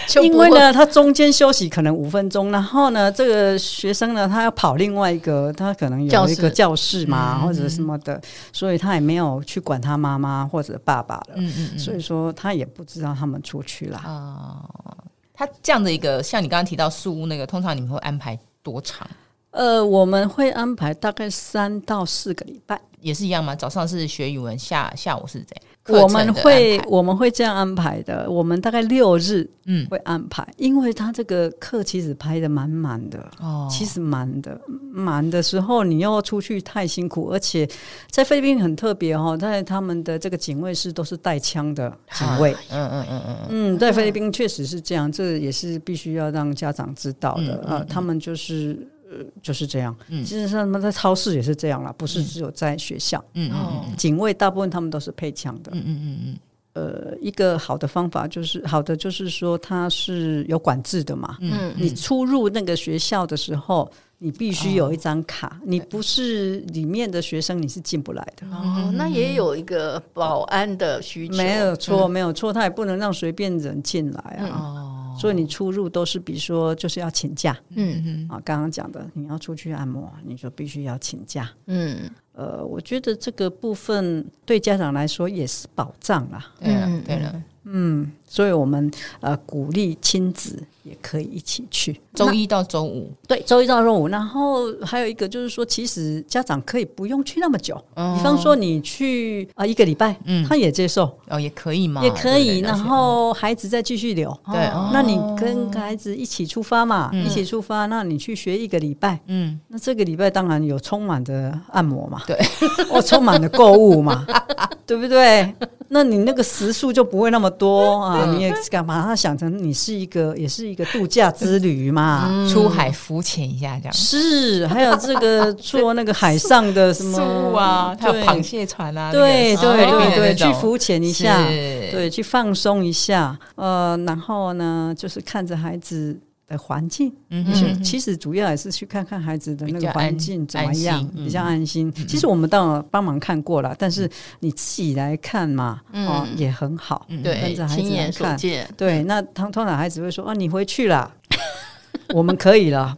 Speaker 2: 就
Speaker 3: 因
Speaker 2: 不
Speaker 3: 为
Speaker 2: 会
Speaker 3: 呢，他中间休息可能五分钟，然后呢，这个学生呢，他要跑另外一个，他可能有一个教室嘛，
Speaker 1: 嗯
Speaker 3: 或者什么的，所以他也没有去管他妈妈或者爸爸了，
Speaker 1: 嗯嗯嗯，
Speaker 3: 所以说他也不知道他们出去啦。
Speaker 1: 啊，他这样的一个，像你刚刚提到树屋那个，通常你们会安排多长？
Speaker 3: 呃，我们会安排大概三到四个礼拜，
Speaker 1: 也是一样吗？早上是学语文，下下午是怎样？
Speaker 3: 我
Speaker 1: 课程
Speaker 3: 们
Speaker 1: 的安排
Speaker 3: 会我们会这样安排的，我们大概六日
Speaker 1: 嗯
Speaker 3: 会安排，因为他这个课其实排的满满的，
Speaker 1: 哦，
Speaker 3: 其实满的，满的时候你要出去太辛苦，而且在菲律宾很特别哦，在他们的这个警卫室都是带枪的警卫。
Speaker 1: 嗯嗯嗯嗯嗯，
Speaker 3: 嗯，在菲律宾确实是这样，这也是必须要让家长知道的
Speaker 1: 嗯
Speaker 3: 啊、呃他们就是。呃，就是这样。其实他们在超市也是这样啦，不是只有在学校。
Speaker 1: 嗯
Speaker 2: 哦
Speaker 3: 警卫大部分他们都是配枪的。嗯嗯嗯呃，一个好的方法就是，好的就是说它是有管制的嘛。
Speaker 2: 嗯
Speaker 3: 你出入那个学校的时候，你必须有一张卡，你不是里面的学生，你是进不来的。
Speaker 2: 哦，那也有一个保安的需求，
Speaker 3: 没有错，
Speaker 2: 嗯
Speaker 3: 没有错，他也不能让随便人进来啊。
Speaker 1: 哦，
Speaker 3: 所以你出入都是，比如说就是要请假
Speaker 2: 嗯
Speaker 3: 啊，刚刚讲的，你要出去按摩，你就必须要请假。
Speaker 2: 嗯
Speaker 3: 呃，我觉得这个部分对家长来说也是保障啊啦。
Speaker 1: 对了
Speaker 2: 嗯
Speaker 1: 对了，
Speaker 3: 嗯，所以我们呃鼓励亲子也可以一起去。
Speaker 1: 周一到周五，
Speaker 3: 对，周一到周五，然后还有一个就是说，其实家长可以不用去那么久，比方说你去啊、一个礼拜，
Speaker 1: 哦嗯
Speaker 3: 他也接受，
Speaker 1: 哦也可以嘛，
Speaker 3: 也可
Speaker 1: 对不
Speaker 3: 以，
Speaker 1: 对
Speaker 3: 然后孩子再继续留。
Speaker 1: 对，哦
Speaker 3: 那你跟孩子一起出发嘛，一起出发，那你去学一个礼拜，
Speaker 1: 嗯
Speaker 3: 那这个礼拜当然有充满着按摩嘛，
Speaker 1: 对，
Speaker 3: 我充满了购物嘛，对不对？那你那个时数就不会那么多啊，你也干嘛？他想成你是一个，也是一个度假之旅嘛，
Speaker 1: 出海浮潜一下这样，
Speaker 3: 是，还有这个做那个海上的 什么
Speaker 1: 树啊，还有
Speaker 3: 对
Speaker 1: 螃蟹船啊，
Speaker 3: 对
Speaker 1: 那个菲
Speaker 3: 对
Speaker 1: 律宾
Speaker 3: 对
Speaker 1: 的
Speaker 3: 对，
Speaker 1: 那种
Speaker 3: 去浮潜一下，
Speaker 1: 是
Speaker 3: 对，去放松一下，呃，然后呢，就是看着孩子的环境，
Speaker 1: 嗯
Speaker 3: 其实
Speaker 1: 哼
Speaker 3: 其实主要也是去看看孩子的那
Speaker 1: 比较
Speaker 3: 个
Speaker 1: 安
Speaker 3: 环境怎么
Speaker 1: 安
Speaker 3: 样
Speaker 1: 心，嗯
Speaker 3: 比较安心。其实我们当然帮忙看过了，但是你自己来看嘛，哦，也很好，
Speaker 1: 嗯
Speaker 2: 对
Speaker 3: 跟着，孩子
Speaker 2: 亲
Speaker 3: 来
Speaker 2: 眼所
Speaker 3: 看
Speaker 2: 见，
Speaker 3: 对，那通通常孩子会说：“哦，你回 去啦，我们可以了。”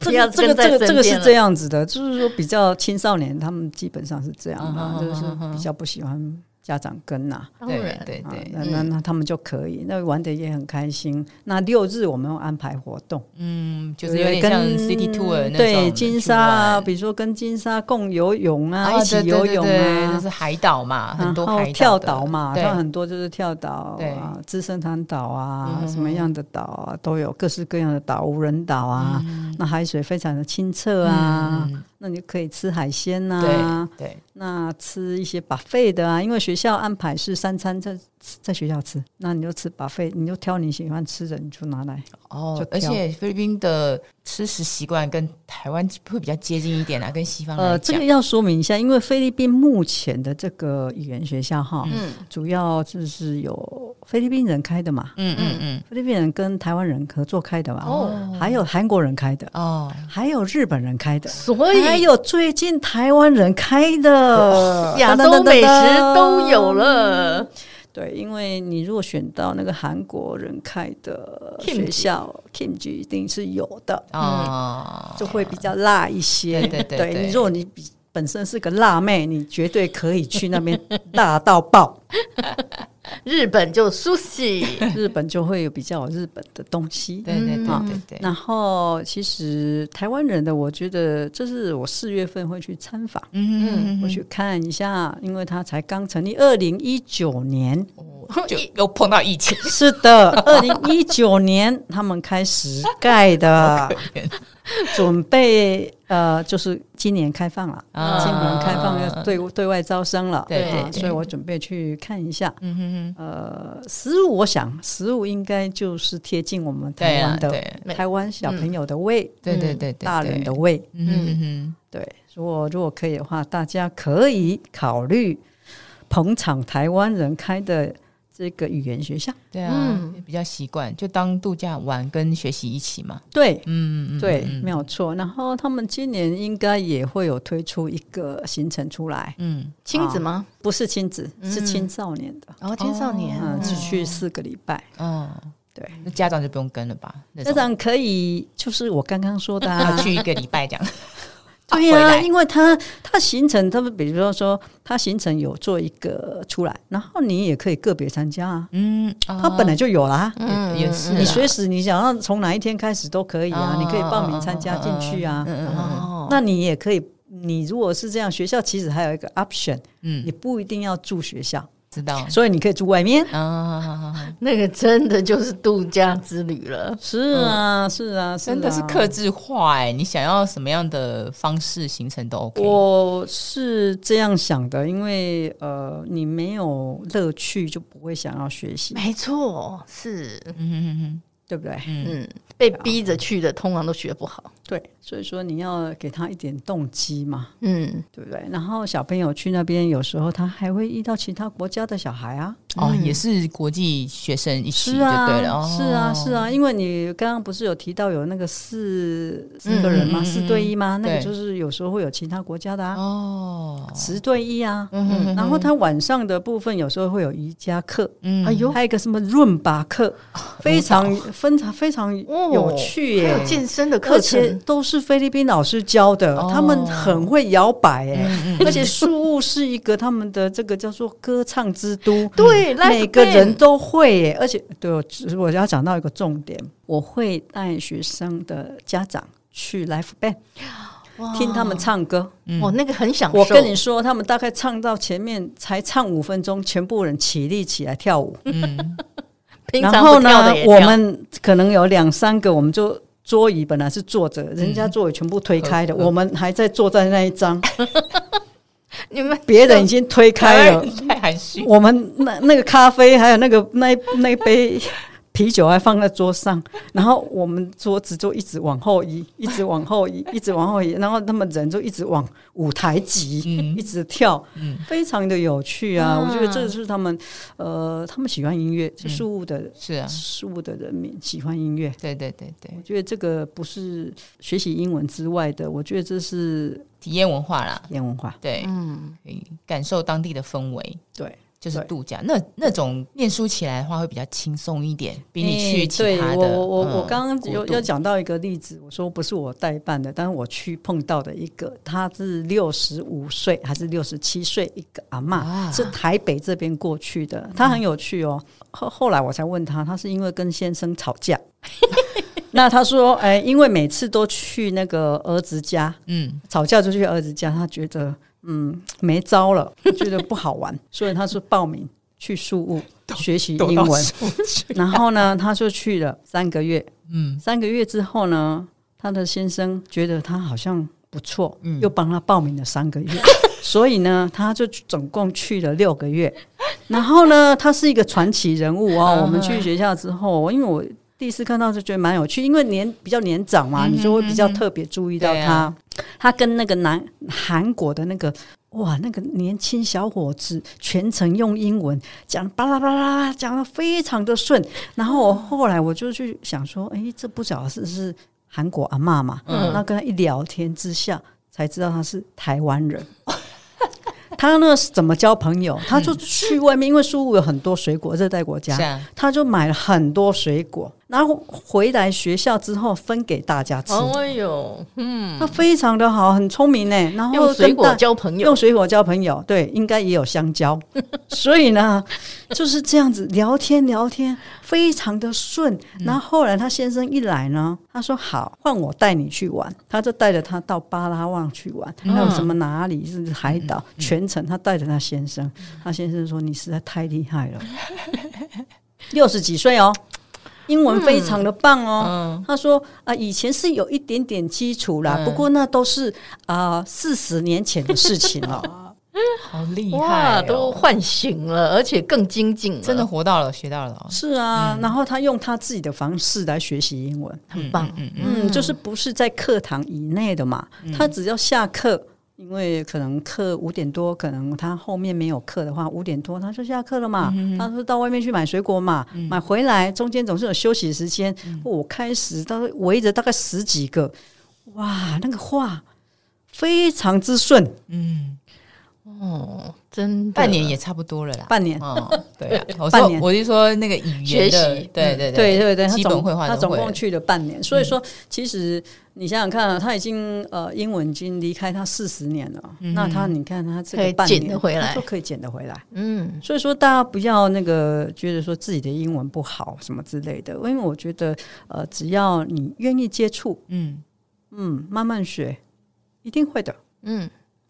Speaker 3: 这
Speaker 2: 不要
Speaker 3: 个这个
Speaker 2: 跟在
Speaker 3: 这个
Speaker 2: 身
Speaker 3: 这个
Speaker 2: 边
Speaker 3: 是
Speaker 2: 了
Speaker 3: 这样子的，就是说比较青少年他们基本上是这样
Speaker 1: 嗯
Speaker 3: 的，
Speaker 1: 哼
Speaker 3: 就是
Speaker 1: 嗯哼
Speaker 3: 比较不喜欢家长跟呐、
Speaker 2: 当
Speaker 1: 对
Speaker 2: 然，
Speaker 1: 对
Speaker 3: 啊
Speaker 1: 对，
Speaker 3: 那那那他们就可以，那玩的也很开心。那六日我们会安排活动，
Speaker 1: 嗯，就是
Speaker 3: 对
Speaker 1: 有点
Speaker 3: 不对
Speaker 1: 像
Speaker 3: 跟
Speaker 1: City Tour 那种
Speaker 3: 对金沙啊，
Speaker 1: 去玩
Speaker 3: 比如说跟金沙共游泳啊，
Speaker 1: 啊
Speaker 3: 一起游泳啊，啊
Speaker 1: 对对对对就是海岛嘛，很多
Speaker 3: 然后
Speaker 1: 海啊
Speaker 3: 跳
Speaker 1: 哦岛
Speaker 3: 岛
Speaker 1: 的
Speaker 3: 嘛，
Speaker 1: 对
Speaker 3: 它很多就是跳岛
Speaker 1: 对
Speaker 3: 啊、资生堂岛啊
Speaker 1: 嗯、哼
Speaker 3: 什么样的岛啊，都有各式各样的岛，无人岛啊，那海水非常的清澈啊，
Speaker 1: 嗯
Speaker 3: 那你就可以吃海鲜啊呐、
Speaker 1: 对对，
Speaker 3: 那吃一些 buffet 的啊，因为学校安排是三餐在在学校吃，那你就吃 buffet，你就挑你喜欢吃的，你就拿来。
Speaker 1: 哦
Speaker 3: 就，
Speaker 1: 而
Speaker 3: 挑
Speaker 1: 且菲律宾的吃食习惯跟台湾会比较接近一点啊，跟西方
Speaker 3: 呃，
Speaker 1: 来
Speaker 3: 这
Speaker 1: 讲
Speaker 3: 个，要说明一下，因为菲律宾目前的这个语言学校哈，
Speaker 2: 嗯
Speaker 3: 主要就是有菲律宾人开的嘛，
Speaker 1: 嗯嗯嗯，
Speaker 3: 菲律宾人跟台湾人合作开的嘛，
Speaker 2: 哦
Speaker 3: 还有韩国人开的，
Speaker 1: 哦，
Speaker 3: 还有日本人开的，
Speaker 2: 所
Speaker 3: 还
Speaker 2: 以
Speaker 3: 有最近台湾人开的，
Speaker 2: 亚洲美食都有。了，
Speaker 3: 对，因为你如果选到那个韩国人开的
Speaker 2: Kimchi
Speaker 3: 学校，kimchi 一定是有的，
Speaker 1: 哦，
Speaker 3: 就会比较辣一些。
Speaker 1: 对对对对
Speaker 3: 你如果你比本身是个辣妹，你绝对可以去那边辣到 爆。
Speaker 2: 日本就 sushi，
Speaker 3: 日本就会有比较有日本的东西。
Speaker 1: 对对对
Speaker 3: 嗯
Speaker 1: 对对，
Speaker 3: 然后，其实台湾人的，我觉得这是我四月份会去参访，
Speaker 1: 嗯
Speaker 3: 我去看一下，因为它才刚成立，二零一九年。
Speaker 1: 就又碰到疫情，
Speaker 3: 是的，二零一九年他们开始盖 的，准备呃，就是今年开放了，
Speaker 1: 啊
Speaker 3: 今年开放要对对外招生了，
Speaker 1: 对
Speaker 2: 对
Speaker 3: 啊
Speaker 1: 对
Speaker 3: 所以我准备去看一下。嗯呃，食物我想食物应该就是贴近我们
Speaker 1: 对
Speaker 3: 台
Speaker 1: 啊
Speaker 3: 湾的、
Speaker 1: 对嗯
Speaker 3: 台湾小朋友的胃，
Speaker 1: 对对对，
Speaker 3: 大人的，胃。
Speaker 1: 嗯嗯
Speaker 3: 对，如果如果可以的话，大家可以考虑捧场台湾人开的这个语言学校。
Speaker 1: 对啊，比较习惯，就当度假玩跟学习一起嘛，
Speaker 3: 对，
Speaker 1: 嗯嗯
Speaker 3: 对，没有错。然后他们今年应该也会有推出一个行程出来，
Speaker 1: 嗯，
Speaker 2: 亲子吗？
Speaker 3: 不是亲子，是青少年的，
Speaker 2: 然后哦青少年
Speaker 3: 嗯，只
Speaker 2: 嗯
Speaker 3: 去四个礼拜。
Speaker 1: 哦，
Speaker 3: 对，
Speaker 1: 那家长就不用跟了吧？那
Speaker 3: 家长可以，就是我刚刚说的、啊
Speaker 1: 要，去一个礼拜这 样，
Speaker 3: 对
Speaker 1: 回
Speaker 3: 呀、
Speaker 1: 来
Speaker 3: 因为他他行程，他们比如说说他行程有做一个出来，然后你也可以个别参加啊，
Speaker 1: 嗯，
Speaker 3: 他本来就有啦。
Speaker 1: 来也是
Speaker 3: 你随时你想要从哪一天开始都可以啊，
Speaker 1: 嗯哦
Speaker 3: 你可以报名参加进去啊。
Speaker 2: 哦，
Speaker 3: 那你也可以，你如果是这样，学校其实还有一个 option，
Speaker 1: 嗯
Speaker 3: 你，不一定要住学校，
Speaker 1: 知道
Speaker 3: 所以你可以住外面。嗯
Speaker 1: 啊，
Speaker 2: 那个真的就是度假之旅了。
Speaker 3: 是啊，是啊，
Speaker 1: 真的是
Speaker 3: 啊
Speaker 1: 克制化哎，你想要什么样的方式行程都 OK，
Speaker 3: 我是这样想的，因为呃，你没有乐趣就不会想要学
Speaker 1: 嗯
Speaker 3: 习，
Speaker 2: 没错，是
Speaker 1: 嗯嗯
Speaker 3: 对不对？
Speaker 2: 嗯，被逼着去的通常都学不好。
Speaker 3: 对，所以说你要给他一点动机嘛，
Speaker 2: 嗯，
Speaker 3: 对不对？然后小朋友去那边，有时候他还会遇到其他国家的小孩啊，
Speaker 1: 嗯，哦，也是国际学生一起
Speaker 3: 是
Speaker 1: 就对了，
Speaker 3: 啊，
Speaker 1: 哦
Speaker 3: 是啊，是啊，因为你刚刚不是有提到有那个四四个人吗？
Speaker 1: 嗯嗯嗯
Speaker 3: 四对一吗？那个
Speaker 1: 对
Speaker 3: 就是有时候会有其他国家的啊，
Speaker 1: 哦，
Speaker 3: 十对一啊。嗯，然后他晚上的部分有时候会有瑜伽课，
Speaker 1: 嗯哦
Speaker 2: 哎呦，
Speaker 3: 还有一个什么润吧课，非常非常非常
Speaker 2: 哦
Speaker 3: 有趣
Speaker 2: 还
Speaker 3: 耶
Speaker 2: 有。健身的课
Speaker 3: 而且
Speaker 2: 程，
Speaker 3: 都是菲律宾老师教的，
Speaker 1: 哦嗯
Speaker 3: 他们很会摇摆哎，而且树屋是一个他们的这个叫做歌唱之都，
Speaker 2: 对，
Speaker 3: 每
Speaker 2: live
Speaker 3: 个
Speaker 2: band
Speaker 3: 人都会耶，而且对我只是我要讲到一个重点，我会带学生的家长去 l i f e band 听他们唱歌。
Speaker 1: 嗯
Speaker 2: 哦，那个很享受。
Speaker 3: 我跟你说，他们大概唱到前面才唱五分钟，全部人起立起来跳舞。
Speaker 2: 平
Speaker 3: 然
Speaker 2: 常
Speaker 3: 后
Speaker 2: 不
Speaker 3: 呢
Speaker 2: 跳的也，跳
Speaker 3: 我们可能有两三个，我们就。桌椅本来是坐着，人家座椅全部推开的，
Speaker 1: 呵呵
Speaker 3: 我们还在坐在那一张，
Speaker 2: 你们
Speaker 3: 别人已经推 开了，
Speaker 1: 太含蓄，
Speaker 3: 我们那那个咖啡还有那个那一那一杯啤酒还放在桌上，然后我们桌子就一直往后移，一直往后移，一直往后移，然后他们人就一直往舞台挤，一直跳，非常的有趣啊！我觉得这是他们呃，他们喜欢音乐，是树屋的
Speaker 1: 是啊，
Speaker 3: 树屋的人民喜欢音乐。
Speaker 1: 对对对对
Speaker 3: 我，觉得这个不是学习英文之外的，我觉得这是
Speaker 1: 体验文化啦，
Speaker 3: 言文化。
Speaker 1: 对，
Speaker 2: 嗯，
Speaker 1: 可以感受当地的氛围，
Speaker 3: 对，
Speaker 1: 就是
Speaker 3: 对
Speaker 1: 度假。那那种念书起来的话，会比较轻松一点，比你去
Speaker 3: 欸
Speaker 1: 其
Speaker 3: 对
Speaker 1: 他的。
Speaker 3: 我我、
Speaker 1: 嗯
Speaker 3: 我刚刚有
Speaker 1: 国度
Speaker 3: 要讲到一个例子，我说不是我代办的，但是我去碰到的一个，她是六十五岁还是六十七岁一个阿嬷，
Speaker 1: 啊嗯
Speaker 3: 是台北这边过去的，她很有趣哦。后后来我才问她，她是因为跟先生吵架。 那她说，哎、因为每次都去那个儿子家，
Speaker 1: 嗯，
Speaker 3: 吵架就去儿子家，她觉得嗯没招了， 觉得不好玩， 所以她说报名去宿务学习英文。然后呢，她就去了三个月。嗯，三个月之后呢，她的先生觉得她好像不错，
Speaker 1: 嗯
Speaker 3: 又帮她报名了三个月。 所以呢，她就总共去了六个月。然后呢，她是一个传奇人物
Speaker 1: 嗯
Speaker 3: 哦。我们去学校之后，因为我第一次看到就觉得蛮有趣，因为年比较年长
Speaker 1: 嗯
Speaker 3: 嘛，你就会比较特别注意到
Speaker 1: 对
Speaker 3: 她。
Speaker 1: 啊
Speaker 3: 他跟那个南韩国的那个哇，那个年轻小伙子全程用英文讲巴拉巴拉巴拉，讲的非常的顺。然后我后来我就去想说，诶，这不晓得是是韩国阿嬷嘛？
Speaker 2: 嗯
Speaker 3: 那跟他一聊天之下，才知道他是台湾 人。他呢是怎么交朋友？他就去外面，因为苏武有很多水果，热带国家
Speaker 1: 是，啊，
Speaker 3: 他就买了很多水果，然后回来学校之后分给大家吃，
Speaker 2: 哦哟，
Speaker 3: 他非常的好，很聪明呢。然后
Speaker 2: 用水果
Speaker 3: 跟大
Speaker 2: 交朋友
Speaker 3: 用，水果交朋友，对，应该也有 香蕉，所以呢，就是这样子聊天聊天，非常的顺。
Speaker 2: 嗯
Speaker 3: 然后后来他先生一来呢，他说好，换我带你去玩，他就带着他到巴拉望去玩，
Speaker 2: 嗯
Speaker 3: 还有什么哪里是海岛，全程他带着他先生，
Speaker 2: 嗯
Speaker 3: 他先生说你实在太厉害 了，六十几岁哦。英文非常的棒哦，
Speaker 2: 嗯
Speaker 3: 他说啊、以前是有一点点基础
Speaker 2: 嗯
Speaker 3: 啦，不过那都是啊四十年前的事情了。
Speaker 1: 好厉害、
Speaker 2: 哇，
Speaker 1: 哦，
Speaker 2: 都唤醒了，而且更精进了，
Speaker 1: 真的活到了，学到了哦，
Speaker 3: 是啊，然后他用他自己的方式来学习英文，
Speaker 2: 很棒。
Speaker 3: 嗯，就是不是在课堂以内的嘛，他只要下课。因为可能课五点多，可能他后面没有课的话，五点多他就下课了嘛。他说到外面去买水果嘛，买回来中间总是有休息时间。哦我开始到围着大概十几个，哇，那个画非常之顺，
Speaker 1: 嗯，
Speaker 2: 哦，真的，
Speaker 1: 半年也差不多了啦。
Speaker 3: 半年
Speaker 1: 哦， 对啊，我
Speaker 3: 半
Speaker 1: 说
Speaker 3: 年嗯
Speaker 1: 我就说那个语言的
Speaker 2: 学习
Speaker 1: 对对
Speaker 3: 对对对，他
Speaker 1: 基
Speaker 3: 总
Speaker 1: 本绘画
Speaker 3: 他
Speaker 1: 都
Speaker 3: 总
Speaker 1: 会
Speaker 3: 共
Speaker 1: 了。
Speaker 3: 去了半年，所以说其实你想想看啊，他已经呃英文已经离开他四十年了，那他你看他这
Speaker 2: 可
Speaker 3: 个
Speaker 2: 以
Speaker 3: 半
Speaker 2: 捡
Speaker 3: 年
Speaker 2: 得回
Speaker 3: 他
Speaker 2: 来
Speaker 3: 就可以捡得回来。
Speaker 2: 嗯，
Speaker 3: 所以说大家不要那个觉得说自己的英文不好什么之类的，因为我觉得呃只要你愿意接触，
Speaker 1: 嗯，
Speaker 3: 嗯，慢慢学，一定会的。
Speaker 2: 嗯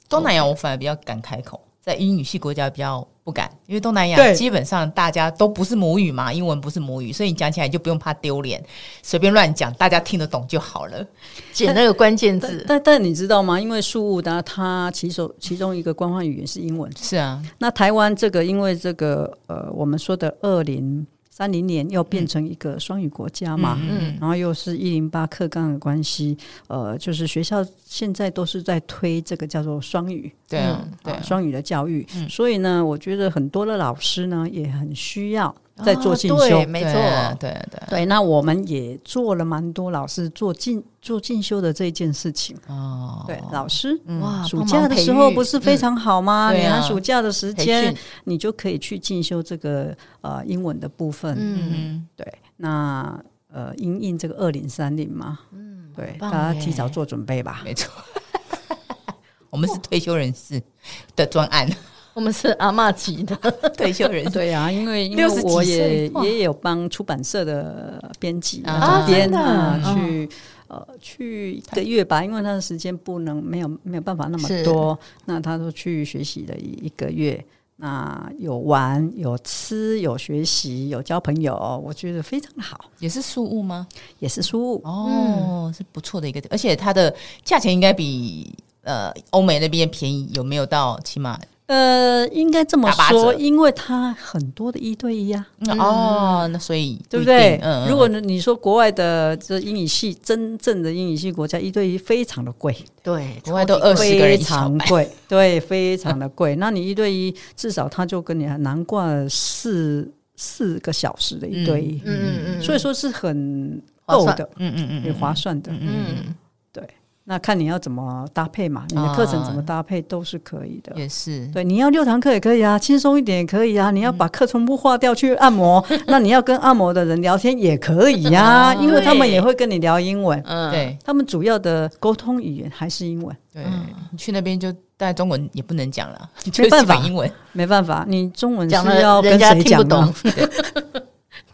Speaker 1: 东南亚我反而比较敢开口，在英语系国家比较不敢，因为东南亚
Speaker 3: 对
Speaker 1: 基本上大家都不是母语嘛，英文不是母语，所以你讲起来就不用怕丢脸，随便乱讲，大家听得懂就好了。
Speaker 2: 捡那个关键
Speaker 3: 但
Speaker 2: 字，
Speaker 3: 但但你知道吗？因为苏务达它其首其中一个官方语言是英文，
Speaker 1: 是啊，
Speaker 3: 那台湾这个，因为这个呃，我们说的二零三零年要变成一个双语国家嘛，嗯，然后又是一零八课纲的关系，呃，就是学校现在都是在推这个叫做双语，
Speaker 1: 对啊，对
Speaker 3: 啊
Speaker 1: 啊，
Speaker 3: 双语的教育，所以呢，我觉得很多的老师呢也很需要在做进
Speaker 2: 啊
Speaker 3: 修。
Speaker 2: 对没错
Speaker 1: 对啊对啊对啊，
Speaker 3: 对，那我们也做了蛮多老师做进做进修的这件事情。
Speaker 1: 哦，
Speaker 3: 对，老师，
Speaker 2: 哇，
Speaker 3: 暑
Speaker 2: 啊帮忙
Speaker 3: 假的
Speaker 2: 培
Speaker 3: 时候
Speaker 2: 育
Speaker 3: 不是非常好吗？
Speaker 1: 嗯对
Speaker 3: 你
Speaker 1: 啊
Speaker 3: 寒暑假的时
Speaker 1: 培
Speaker 3: 间
Speaker 1: 训，，
Speaker 3: 你就可以去进修这个呃英文的部分。
Speaker 2: 嗯，
Speaker 1: 嗯，
Speaker 3: 对，那呃，英印这个二零三零嘛，嗯，对，
Speaker 2: 棒
Speaker 3: 大家
Speaker 2: 耶
Speaker 3: 提早做准备吧。
Speaker 1: 没错，我们是退休人士的专案，
Speaker 2: 嗯我们是阿嬷级的，
Speaker 1: 退休人士。
Speaker 3: 对啊，因为因
Speaker 1: 六十
Speaker 3: 为
Speaker 1: 几
Speaker 3: 我
Speaker 1: 岁
Speaker 3: 也
Speaker 1: 哇
Speaker 3: 也有帮出版社的编辑
Speaker 1: 啊
Speaker 3: 总编
Speaker 2: 真的
Speaker 3: 啊
Speaker 2: 嗯
Speaker 3: 去呃去一个月吧，因为他的时间不能没有没有办法那
Speaker 2: 是
Speaker 3: 么多，那他都去学习了一一个月。那有玩，有吃，有学习，有交朋友，我觉得非常好，
Speaker 1: 也是素物吗？
Speaker 3: 也是输入。
Speaker 1: 哦，是不错的一个，而且它的价钱应该比呃欧美那边便宜，有没有到起码？
Speaker 3: 呃，应该这么
Speaker 1: 打八
Speaker 3: 说，
Speaker 1: 折
Speaker 3: 因为它很多的一对一啊，
Speaker 1: 嗯哦，那所以
Speaker 3: 对不
Speaker 1: 一定
Speaker 3: 对？
Speaker 1: 嗯，嗯
Speaker 3: 如果你说国外的这英语系真正的英语系国家一对一非常的贵，
Speaker 2: 对，
Speaker 1: 国外都二十个人
Speaker 3: 非
Speaker 1: 一小
Speaker 3: 常
Speaker 1: 班，
Speaker 3: 贵，对，非常的贵。 那你一对一至少他就跟你难挂四四个小时的一对一，
Speaker 2: 嗯嗯嗯，
Speaker 3: 所以说是很
Speaker 2: 划
Speaker 3: 够
Speaker 2: 算
Speaker 3: 的，
Speaker 1: 嗯嗯
Speaker 3: 也划算的。
Speaker 2: 嗯，
Speaker 3: 那看你要怎么搭配嘛，你的课程怎么搭配都是可以的。
Speaker 1: 也是，
Speaker 3: 对，你要六堂课也可以啊，轻松一点也可以啊。你要把课全部划掉去按摩，
Speaker 2: 嗯
Speaker 3: 那你要跟按摩的人聊天也可以呀、因为他们也会跟你聊英文。
Speaker 2: 嗯，
Speaker 1: 对
Speaker 3: 他们主要的沟通语言还是英文，
Speaker 1: 对，你去那边就但中文也不能讲 了，就
Speaker 3: 嗯没办
Speaker 1: 基本
Speaker 3: 法
Speaker 1: 英文，
Speaker 3: 没办法，你中文
Speaker 2: 讲
Speaker 3: 是要
Speaker 2: 了人
Speaker 3: 跟
Speaker 2: 家
Speaker 3: 谁
Speaker 2: 听不
Speaker 3: 讲
Speaker 2: 懂
Speaker 3: 呢？，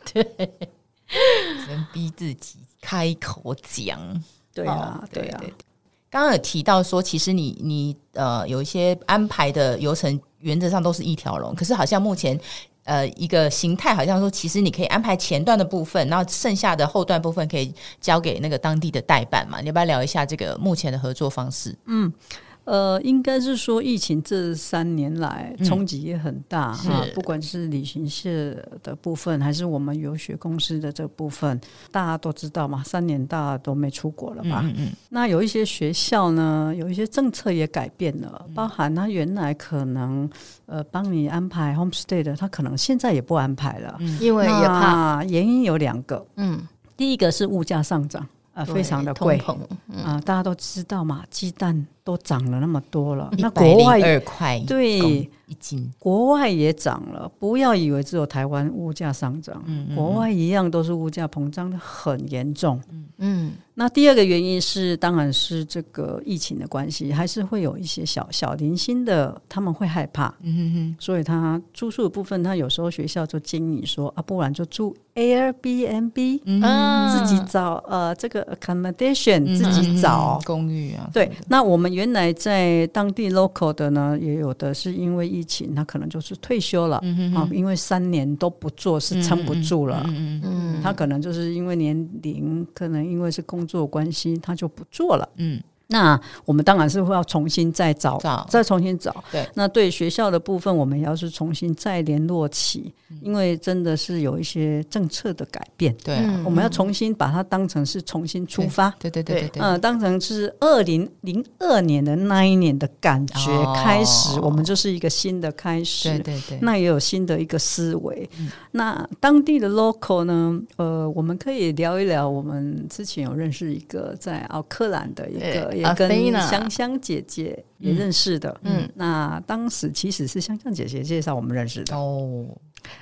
Speaker 1: 只能逼自己开口讲。
Speaker 3: 对啊
Speaker 1: 哦，
Speaker 3: 对啊，
Speaker 1: 刚刚有提到说，其实你你呃有一些安排的流程，原则上都是一条龙，可是好像目前。呃，一个形态好像说，其实你可以安排前段的部分，然后剩下的后段部分可以交给那个当地的代办嘛？你要不要聊一下这个目前的合作方式？
Speaker 3: 嗯呃，应该是说疫情这三年来冲击也很大哈、
Speaker 2: 嗯是
Speaker 3: 不管是旅行社的部分，还是我们游学公司的这部分，大家都知道嘛，三年大家都没出国了吧？
Speaker 1: 嗯嗯
Speaker 3: 那有一些学校呢，有一些政策也改变了，
Speaker 2: 嗯
Speaker 3: 包含他原来可能呃帮你安排 homestay 的，他可能现在也不安排了。
Speaker 2: 因为也怕，
Speaker 3: 那原因有两个，
Speaker 2: 嗯，
Speaker 3: 第一个是物价上涨，呃，
Speaker 2: 对
Speaker 3: 非常的贵啊、
Speaker 2: 通膨，嗯
Speaker 3: 大家都知道嘛，鸡蛋都涨了那么多了，
Speaker 1: 一
Speaker 3: 那
Speaker 1: 百
Speaker 3: 国
Speaker 1: 零
Speaker 3: 外
Speaker 1: 二块
Speaker 3: 对
Speaker 1: 一斤，
Speaker 3: 国外也涨了，不要以为只有台湾物价上涨，国外一样都是物价膨胀的很严重。
Speaker 2: 嗯，
Speaker 3: 那第二个原因是，当然是这个疫情的关系，还是会有一些小小零星的，他们会害怕，
Speaker 1: 嗯哼哼，
Speaker 3: 所以他住宿的部分，他有时候学校就建议说啊，不然就住 Airbnb，、
Speaker 1: 嗯
Speaker 2: 啊
Speaker 3: 自己找呃这个 accommodation 自
Speaker 1: 嗯
Speaker 3: 己找。
Speaker 1: 公寓啊，
Speaker 3: 对，那我们原来在当地 local 的呢，也有的是因为疫情，他可能就是退休了、啊，因为三年都不做是撑不住了，
Speaker 1: 嗯
Speaker 2: 嗯，
Speaker 3: 他可能就是因为年龄，可能因为是工作关系，他就不做了。
Speaker 1: 嗯，
Speaker 3: 那我们当然是会要重新再找，
Speaker 1: 找
Speaker 3: 再重新找。
Speaker 1: 对，
Speaker 3: 那对学校的部分，我们也要是重新再联络起，因为真的是有一些政策的改变，
Speaker 1: 对啊，
Speaker 2: 嗯
Speaker 3: 我们要重新把它当成是重新出发。
Speaker 1: 对对对对对，
Speaker 3: 呃，当成是二零零二年的那一年的感觉
Speaker 1: 哦
Speaker 3: 开始，我们就是一个新的开始。
Speaker 1: 对对对，
Speaker 3: 那也有新的一个思维。那当地的 local 呢？呃，我们可以聊一聊。我们之前有认识一个在奥克兰的一个，
Speaker 2: 对
Speaker 3: 也跟
Speaker 2: Athena
Speaker 3: 香香姐姐也认识的。嗯，那当时其实是香香姐姐介绍我们认识的，
Speaker 1: 哦，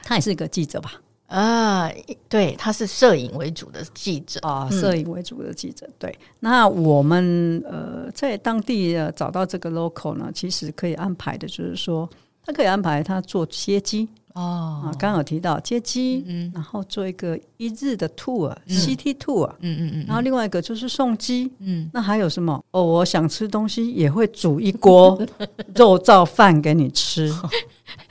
Speaker 3: 她也是一个记者吧？
Speaker 2: 啊，对，他是摄影为主的记者，
Speaker 3: 啊，
Speaker 2: 嗯
Speaker 3: 摄影为主的记者。对，那我们呃在当地呃找到这个 local 呢，其实可以安排的就是说，他可以安排他做接机。
Speaker 1: 哦，嗯
Speaker 3: 啊，刚刚有提到接机，然后做一个一日的 tour，CT tour，
Speaker 1: 嗯嗯
Speaker 3: 然后另外一个就是送机。
Speaker 1: 嗯
Speaker 3: 那还有什么？哦，我想吃东西也会煮一锅肉燥饭给你吃。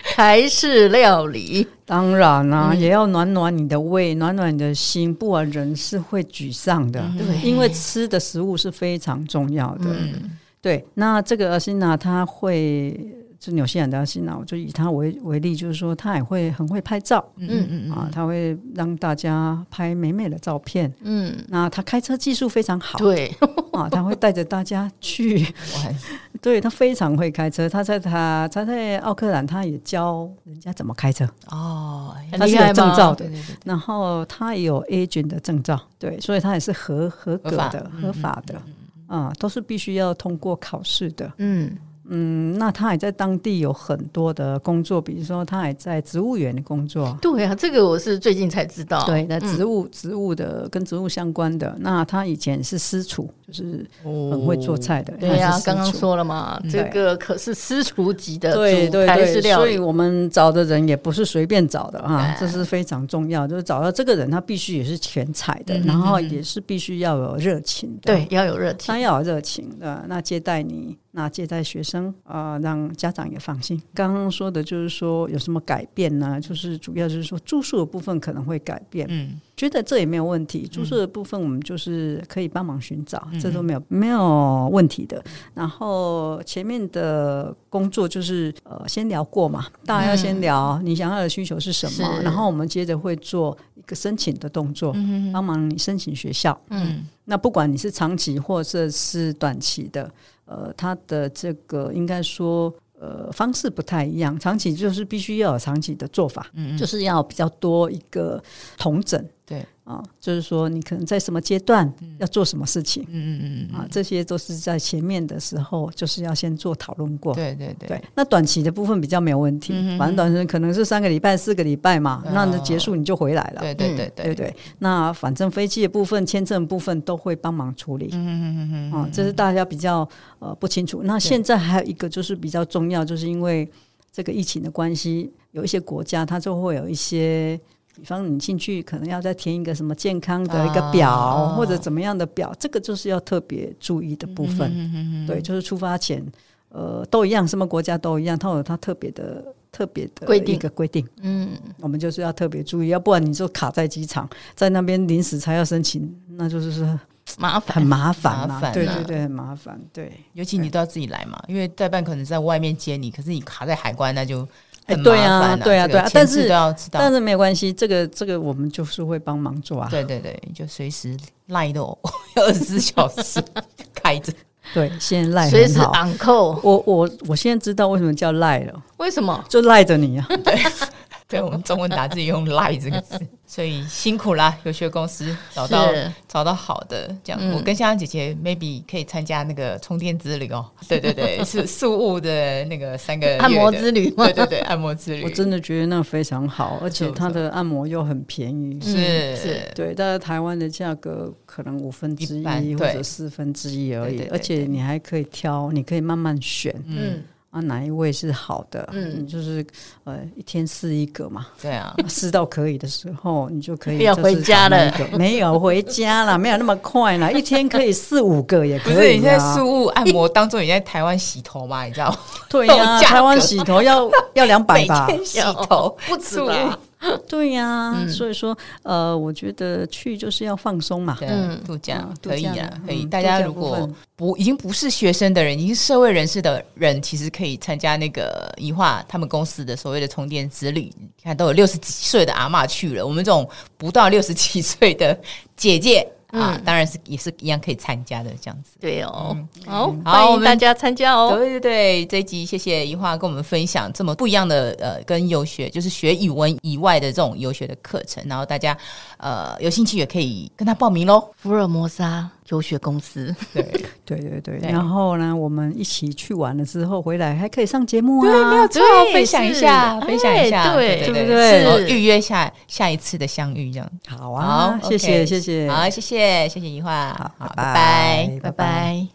Speaker 2: 台式料理，
Speaker 3: 当然啦、
Speaker 1: 嗯
Speaker 3: 也要暖暖你的胃，暖暖你的心，不然人是会沮丧的。
Speaker 2: 对
Speaker 3: 因为吃的食物是非常重要的。
Speaker 1: 嗯
Speaker 3: 对，那这个阿辛娜她会，就纽西兰的阿辛娜，我就以她为为例，就是说她也会很会拍照。
Speaker 1: 嗯嗯嗯
Speaker 3: 啊，他会让大家拍美美的照片。
Speaker 2: 嗯，
Speaker 3: 那他开车技术非常好
Speaker 2: 对，
Speaker 3: 啊，他会带着大家去， 对他非常会开车。他在他他在奥克兰，他也教人家怎么开车，
Speaker 1: 哦，
Speaker 2: 很
Speaker 3: 他是
Speaker 2: 厉
Speaker 3: 有
Speaker 2: 害
Speaker 3: 证
Speaker 2: 吗
Speaker 3: 照的
Speaker 1: 对。对对，
Speaker 3: 然后他也有 agent 的证照，对，所以他也是合合格的、
Speaker 2: 嗯
Speaker 3: 合法的，啊，都是必须要通过考试的。
Speaker 2: 嗯，
Speaker 3: 嗯，那他也在当地有很多的工作，比如说他也在植物园的工作，
Speaker 2: 对啊，这个我是最近才知道，
Speaker 3: 对，那植物、植物的跟植物相关的，那他以前是私厨，就是很会做菜的。
Speaker 2: 哦对呀、
Speaker 3: 他是私厨嗯
Speaker 2: 刚刚说了嘛，这个可是私厨级的
Speaker 3: 对
Speaker 2: 主
Speaker 3: 对
Speaker 2: 台式
Speaker 3: 对，
Speaker 2: 料
Speaker 3: 所以
Speaker 2: 理，哎
Speaker 3: 我们找的人也不是随便找的啊，这是非常重要，就是找到这个人，他必须也是全才
Speaker 2: 嗯
Speaker 3: 的，然后也是必须要有热情的。
Speaker 2: 对，要有热情
Speaker 3: 他，要有热情的，那接待你，那接待学生，啊，让家长也放心。刚刚说的就是说有什么改变呢？就是主要就是说住宿的部分可能会改变，
Speaker 1: 嗯，
Speaker 3: 觉得这也没有问题。
Speaker 2: 嗯
Speaker 3: 住宿的部分我们就是可以帮忙寻找，这都没
Speaker 2: 嗯
Speaker 3: 有没有问题的。然后前面的工作就是呃先聊过嘛，大家要先聊、你想要的需求是什么，
Speaker 2: 嗯是
Speaker 3: 然后我们接着会做一个申请的动作，帮忙你申请学校。
Speaker 2: 嗯，
Speaker 3: 那不管你是长期或者是短期的，呃，它的这个应该说。呃，方式不太一样，长期就是必须要有长期的做法，
Speaker 2: 嗯
Speaker 3: 就是要比较多一个同整，
Speaker 1: 对
Speaker 3: 啊，就是说你可能在什么阶段要做什么事情，嗯嗯嗯，啊，这些都是在前面的时候就是要先做讨论过。
Speaker 1: 对对对，嗯
Speaker 3: 对，那短期的部分比较没有问题，反正短期可能是三个礼拜、四个礼拜嘛，那你结
Speaker 1: 哦
Speaker 3: 束你就回来了。
Speaker 1: 对对对
Speaker 3: 对
Speaker 1: 对，
Speaker 3: 对，那反正飞机的部分、签证的部分都会帮忙处理。嗯嗯嗯嗯，啊，这是大家比较呃不清楚。那现在还有一个就是比较重要，就是因为这个疫情的关系，有一些国家它就会有一些。比方你进去可能要再填一个什么健康的一个表、
Speaker 1: 啊
Speaker 3: 或者怎么样的表，这个就是要特别注意的部分。对，就是出发前，呃，都一样，什么国家都一样，它有它特别的特别的
Speaker 2: 规定
Speaker 3: 一个规定。
Speaker 2: 嗯，
Speaker 3: 我们就是要特别注意，要不然你就卡在机场，在那边临时才要申请，那就是说
Speaker 2: 麻
Speaker 3: 很
Speaker 2: 烦，
Speaker 3: 麻烦
Speaker 1: 麻
Speaker 3: 呐、
Speaker 1: 烦啊
Speaker 3: 对对对，很麻烦。对，
Speaker 1: 尤其你都要自己来嘛，因为代办可能在外面接你，可是你卡在海关，那就
Speaker 3: 哎
Speaker 1: 很麻
Speaker 3: 对啊
Speaker 1: 烦
Speaker 3: 对啊
Speaker 1: 这个
Speaker 3: 对啊
Speaker 1: 前
Speaker 3: 但
Speaker 1: 置
Speaker 3: 是
Speaker 1: 都要知道
Speaker 3: 但，是没有关系，这个这个我们就是会帮忙做啊。
Speaker 1: 对对对，就随时赖都二十四小时开着，
Speaker 3: 对，现在赖
Speaker 2: 随
Speaker 3: 很
Speaker 2: 时
Speaker 1: 啊
Speaker 3: 好。
Speaker 2: 昂扣，
Speaker 3: 我我我现在知道为什么叫赖了，
Speaker 2: 为什么？
Speaker 3: 就赖着你啊。
Speaker 1: 对我们中文打字也用赖这个字，所以辛苦啦，有学公司找到
Speaker 2: 是
Speaker 1: 找到好的，这样、
Speaker 2: 嗯
Speaker 1: 我跟香香姐姐 maybe 可以参加那个充电之旅哦。 对对对，是宿务的那个三个月的
Speaker 2: 按摩之旅吗
Speaker 1: 对对对，按摩之旅，
Speaker 3: 我真的觉得那非常好，而且
Speaker 1: 不错
Speaker 3: 它的按摩又很便宜。
Speaker 1: 是、
Speaker 2: 嗯是
Speaker 3: 对，大概台湾的价格可能五分之
Speaker 1: 一半
Speaker 3: 一
Speaker 1: 对
Speaker 3: 或者四分之一而已，
Speaker 1: 对对对
Speaker 3: 而且你还可以挑，你可以慢慢选
Speaker 2: 嗯，
Speaker 3: 啊，哪一位是好的，
Speaker 2: 嗯
Speaker 3: 嗯，就是呃一天试一个嘛，
Speaker 1: 对啊，
Speaker 3: 试到可以的时候，你就可以
Speaker 2: 不要
Speaker 3: 就是
Speaker 2: 回家
Speaker 3: 找那
Speaker 2: 了
Speaker 3: 一个，没有回家了，没有那么 快啦，一天可以四五个也
Speaker 1: 不
Speaker 3: 可以啊。
Speaker 1: 是你在宿务按摩当中，你在台湾洗头吗？你知 道吗？
Speaker 3: 对
Speaker 1: 有
Speaker 3: 呀、
Speaker 1: 价格
Speaker 3: 台湾洗 头要要两百
Speaker 1: 每
Speaker 3: 吧？
Speaker 1: 天嗯洗
Speaker 2: 要
Speaker 1: 头
Speaker 2: 哦不止
Speaker 1: 宿
Speaker 2: 吧
Speaker 1: 务
Speaker 3: 对呀、所以说呃，我觉得去就是要放松嘛。
Speaker 1: 对
Speaker 2: 嗯
Speaker 1: 度假
Speaker 3: 嗯
Speaker 1: 可以
Speaker 3: 度假
Speaker 1: 啊
Speaker 3: 的，
Speaker 1: 可以。
Speaker 3: 嗯
Speaker 1: 大家
Speaker 3: 度假
Speaker 1: 如
Speaker 3: 部
Speaker 1: 果
Speaker 3: 分
Speaker 1: 不已经不是学生的人，已经是社会人士的人，其实可以参加那个宜化他们公司的所谓的充电之旅。你看，都有六十几岁的阿嬷去了，我们这种不到六十几岁的姐姐啊
Speaker 2: 嗯，
Speaker 1: 当然是也是一样可以参加的这样子。
Speaker 2: 对哦，
Speaker 3: 嗯
Speaker 2: 好，
Speaker 1: 好
Speaker 2: 欢
Speaker 1: 我
Speaker 2: 迎
Speaker 1: 们
Speaker 2: 大家参加哦。
Speaker 1: 对对对，这一集谢谢怡华跟我们分享这么不一样的呃，跟游学就是学语文以外的这种游学的课程，然后大家呃有兴趣也可以跟他报名喽。
Speaker 2: 福尔摩沙游学公司，
Speaker 1: 对，
Speaker 3: 对对对，
Speaker 1: 对
Speaker 3: 然后呢，我们一起去完了之后回来还可以上节目啊。
Speaker 1: 对，没有错
Speaker 2: 对，
Speaker 1: 分享一
Speaker 2: 是
Speaker 1: 下，
Speaker 2: 哎
Speaker 1: 分享一下，
Speaker 2: 对
Speaker 1: 对
Speaker 3: 对不对
Speaker 1: 然后
Speaker 2: 是
Speaker 1: 哦预约下下一次的相遇，这样。
Speaker 3: 好啊，
Speaker 1: 好
Speaker 3: 谢谢
Speaker 1: OK
Speaker 3: 谢谢，
Speaker 1: 好，谢谢，谢谢怡华，
Speaker 3: 好，
Speaker 1: 拜拜。
Speaker 2: 拜拜。